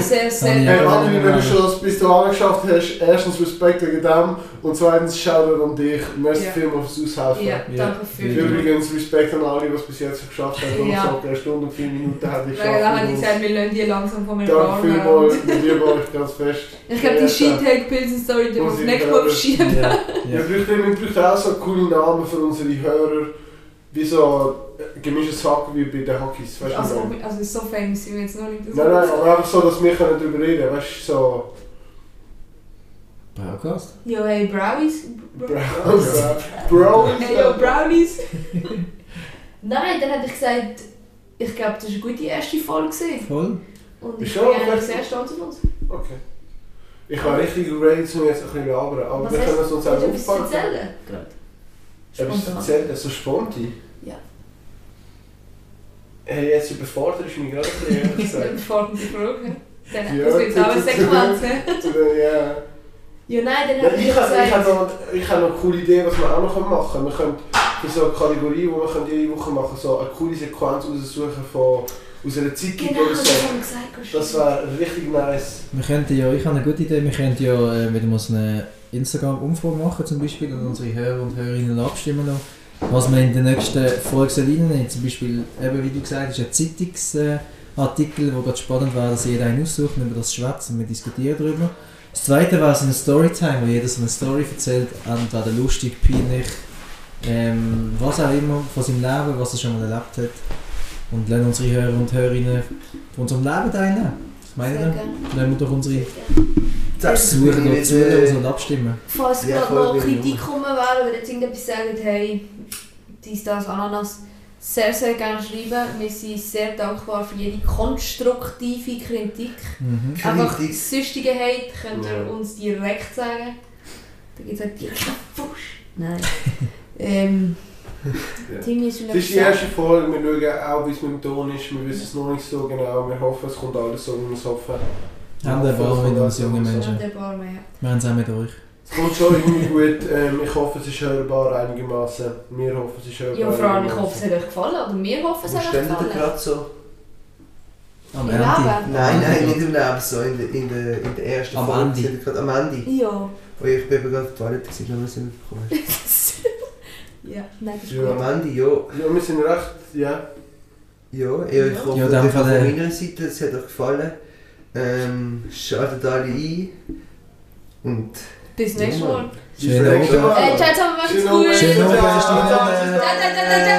Speaker 2: Sehr, sehr, sehr
Speaker 5: Ja,
Speaker 3: Hey,
Speaker 5: ja,
Speaker 3: André,
Speaker 5: ja,
Speaker 3: wenn
Speaker 5: ja.
Speaker 3: du schon das bis du angeschafft hast, erstens Respekt wegen dem und zweitens Shoutout an dich. Merci
Speaker 2: Ja.
Speaker 3: vielmals fürs Aushelfen.
Speaker 2: Ja, danke für
Speaker 3: Übrigens Respekt an alle, die es bis jetzt geschafft haben. Und
Speaker 2: Ja.
Speaker 3: ja. eine Stunde und vier Minuten habe ich
Speaker 2: Weil da habe ich
Speaker 3: geschafft.
Speaker 2: gesagt, wir lassen die langsam von mir
Speaker 3: Danke
Speaker 2: warm
Speaker 3: vielmals,
Speaker 2: werden.
Speaker 3: mit dir war ich ganz fest.
Speaker 2: Ich glaube, die Shit-Hack-Pilsen-Story dürfen wir auf
Speaker 3: Muss ich
Speaker 2: nächste
Speaker 3: glauben.
Speaker 2: Woche schieben.
Speaker 5: Ja.
Speaker 3: Wir bräuchten wir bräuchten auch so coole Namen für unsere Hörer, wie so äh, gemischtes Hack wie bei den Hockeys. Weißt du, was ich
Speaker 2: Also,
Speaker 3: meine?
Speaker 2: ob- also so famous sind wir jetzt noch nicht. dass
Speaker 3: Nein,
Speaker 2: wir-
Speaker 3: nein, aber einfach so, dass wir können darüber reden können. Weißt du, so.
Speaker 5: Podcast?
Speaker 2: Yo, hey, Brownies? Bro-
Speaker 3: Bros. Bros.
Speaker 2: Hey, yo, Brownies? Nein, dann hätte ich gesagt, ich glaube, das war eine gute erste Folge. gewesen.
Speaker 5: Voll.
Speaker 2: Und ich
Speaker 3: Schon,
Speaker 2: bin eigentlich
Speaker 3: vielleicht-
Speaker 2: sehr stolz auf uns.
Speaker 3: Okay. Ich war richtig ready, um jetzt ein bisschen labern, aber
Speaker 2: Was
Speaker 3: wir
Speaker 2: hast-
Speaker 3: können es uns auch
Speaker 2: Willst du etwas zu
Speaker 3: aufpacken.
Speaker 2: erzählen? Gerade.
Speaker 3: Etwas zu
Speaker 2: Spontan.
Speaker 3: erzählen? So spontan?
Speaker 2: Ja.
Speaker 3: Hey, jetzt überforderst du mich gerade, ein bisschen, ehrlich gesagt.
Speaker 2: Bevor wir die Frage Dann,
Speaker 3: Ja,
Speaker 2: das wird jetzt auch eine Sequenz. ne?
Speaker 3: Ja.
Speaker 2: Ja, nein, dann
Speaker 3: Nein,
Speaker 2: hätte ich
Speaker 3: Ich habe ich hab
Speaker 2: gesagt...
Speaker 3: noch, ich hab noch eine coole Idee, was wir auch noch machen können. Wir können für so eine Kategorie, die wir können jede Woche machen so eine coole Sequenz raussuchen von, aus einer Zeitung
Speaker 2: Genau,
Speaker 3: oder
Speaker 2: das
Speaker 3: so.
Speaker 2: haben wir gesagt. Gott,
Speaker 3: Das wäre richtig nice.
Speaker 5: Wir könnten ja, ich habe eine gute Idee, wir könnten ja äh, wieder mal so eine Instagram-Umfrage machen zum Beispiel und unsere Hörer und Hörerinnen abstimmen lassen, was wir in der nächsten Folge soll reinnehmen sollen. Zum Beispiel, eben wie du gesagt hast, ein Zeitungsartikel, äh, Artikel, wo gerade spannend wäre, dass jeder einen aussucht und über das schwätzt und wir diskutieren darüber. Das zweite wäre so eine Storytime, wo jeder so eine Story erzählt, entweder lustig, peinlich, ähm, was auch immer, von seinem Leben, was er schon mal erlebt hat. Und lassen unsere Hörer und Hörerinnen von unserem Leben teilnehmen. Ich meine,
Speaker 2: Sehr gerne.
Speaker 5: Nehmen wir doch unsere
Speaker 4: Das
Speaker 5: Suche dort zu hören und abstimmen.
Speaker 2: Falls
Speaker 4: Ja,
Speaker 2: gerade
Speaker 4: voll
Speaker 2: noch
Speaker 4: bin ich
Speaker 2: Kritik kommen wäre oder jetzt irgendetwas sagen, hey, dies, das, Ananas, sehr, sehr gerne schreiben. Wir sind sehr dankbar für jede konstruktive Kritik.
Speaker 5: Mhm.
Speaker 2: Einfach
Speaker 4: Kritik.
Speaker 2: süchtige Hate könnt ihr
Speaker 3: Ja.
Speaker 2: uns direkt sagen. Da gibt es halt direkt Fusch. Nein. ähm,
Speaker 3: Ja.
Speaker 2: Timmy ist schon
Speaker 3: Das ist die erste Folge, wir schauen auch, wie es mit dem Ton ist. Wir wissen es noch nicht so genau. Wir hoffen, es kommt alles so, wie wir es hoffen.
Speaker 5: Haben wir Wahl mit uns jungen Menschen.
Speaker 2: Wunderbar, ja.
Speaker 5: Wir haben es auch mit euch.
Speaker 3: Es kommt schon irgendwie gut. Ähm, ich hoffe, es ist hörbar einigermaßen. Wir hoffen, es ist hörbar.
Speaker 2: Ja, vor allem, ich
Speaker 3: einigermaßen.
Speaker 2: hoffe, es hat euch gefallen. Oder wir hoffen, es
Speaker 4: Wo
Speaker 2: hat euch
Speaker 4: stehen wir
Speaker 2: gefallen.
Speaker 4: gerade so?
Speaker 5: Am
Speaker 2: Im
Speaker 5: Ende.
Speaker 2: Leben.
Speaker 4: Nein, nein, nicht im Leben, so in der, in der, in der ersten
Speaker 5: Am
Speaker 4: Folge.
Speaker 5: Ende.
Speaker 4: sind wir gerade am Ende.
Speaker 2: Ja.
Speaker 4: Oh, ich bin eben gerade auf der Toilette, gewesen, aber wir sind gekommen.
Speaker 2: ja, nein, das ist
Speaker 3: Ja.
Speaker 2: gut.
Speaker 4: Am Ende, ja.
Speaker 3: Ja, wir sind recht, ja.
Speaker 4: Ja, ja, ich
Speaker 2: Ja.
Speaker 4: hoffe,
Speaker 5: Ja,
Speaker 4: ja,
Speaker 5: dann
Speaker 4: von
Speaker 5: von der-
Speaker 4: meiner Seite, es hat euch gefallen. Ähm, schaltet alle ein. Und
Speaker 2: Bis nächstes
Speaker 4: Ja,
Speaker 2: Mal.
Speaker 4: Mann.
Speaker 5: Schönen
Speaker 3: Bis nächstes
Speaker 5: Abend.
Speaker 3: Mal.
Speaker 2: Äh, ciao zusammen, macht's
Speaker 3: Schönen
Speaker 2: gut.
Speaker 3: Abend.
Speaker 5: Schönen Abend,
Speaker 3: Ciao,
Speaker 5: erst
Speaker 3: ciao,
Speaker 5: mal.
Speaker 3: ciao, ciao.
Speaker 2: Ciao, ciao, ciao, ciao, ciao.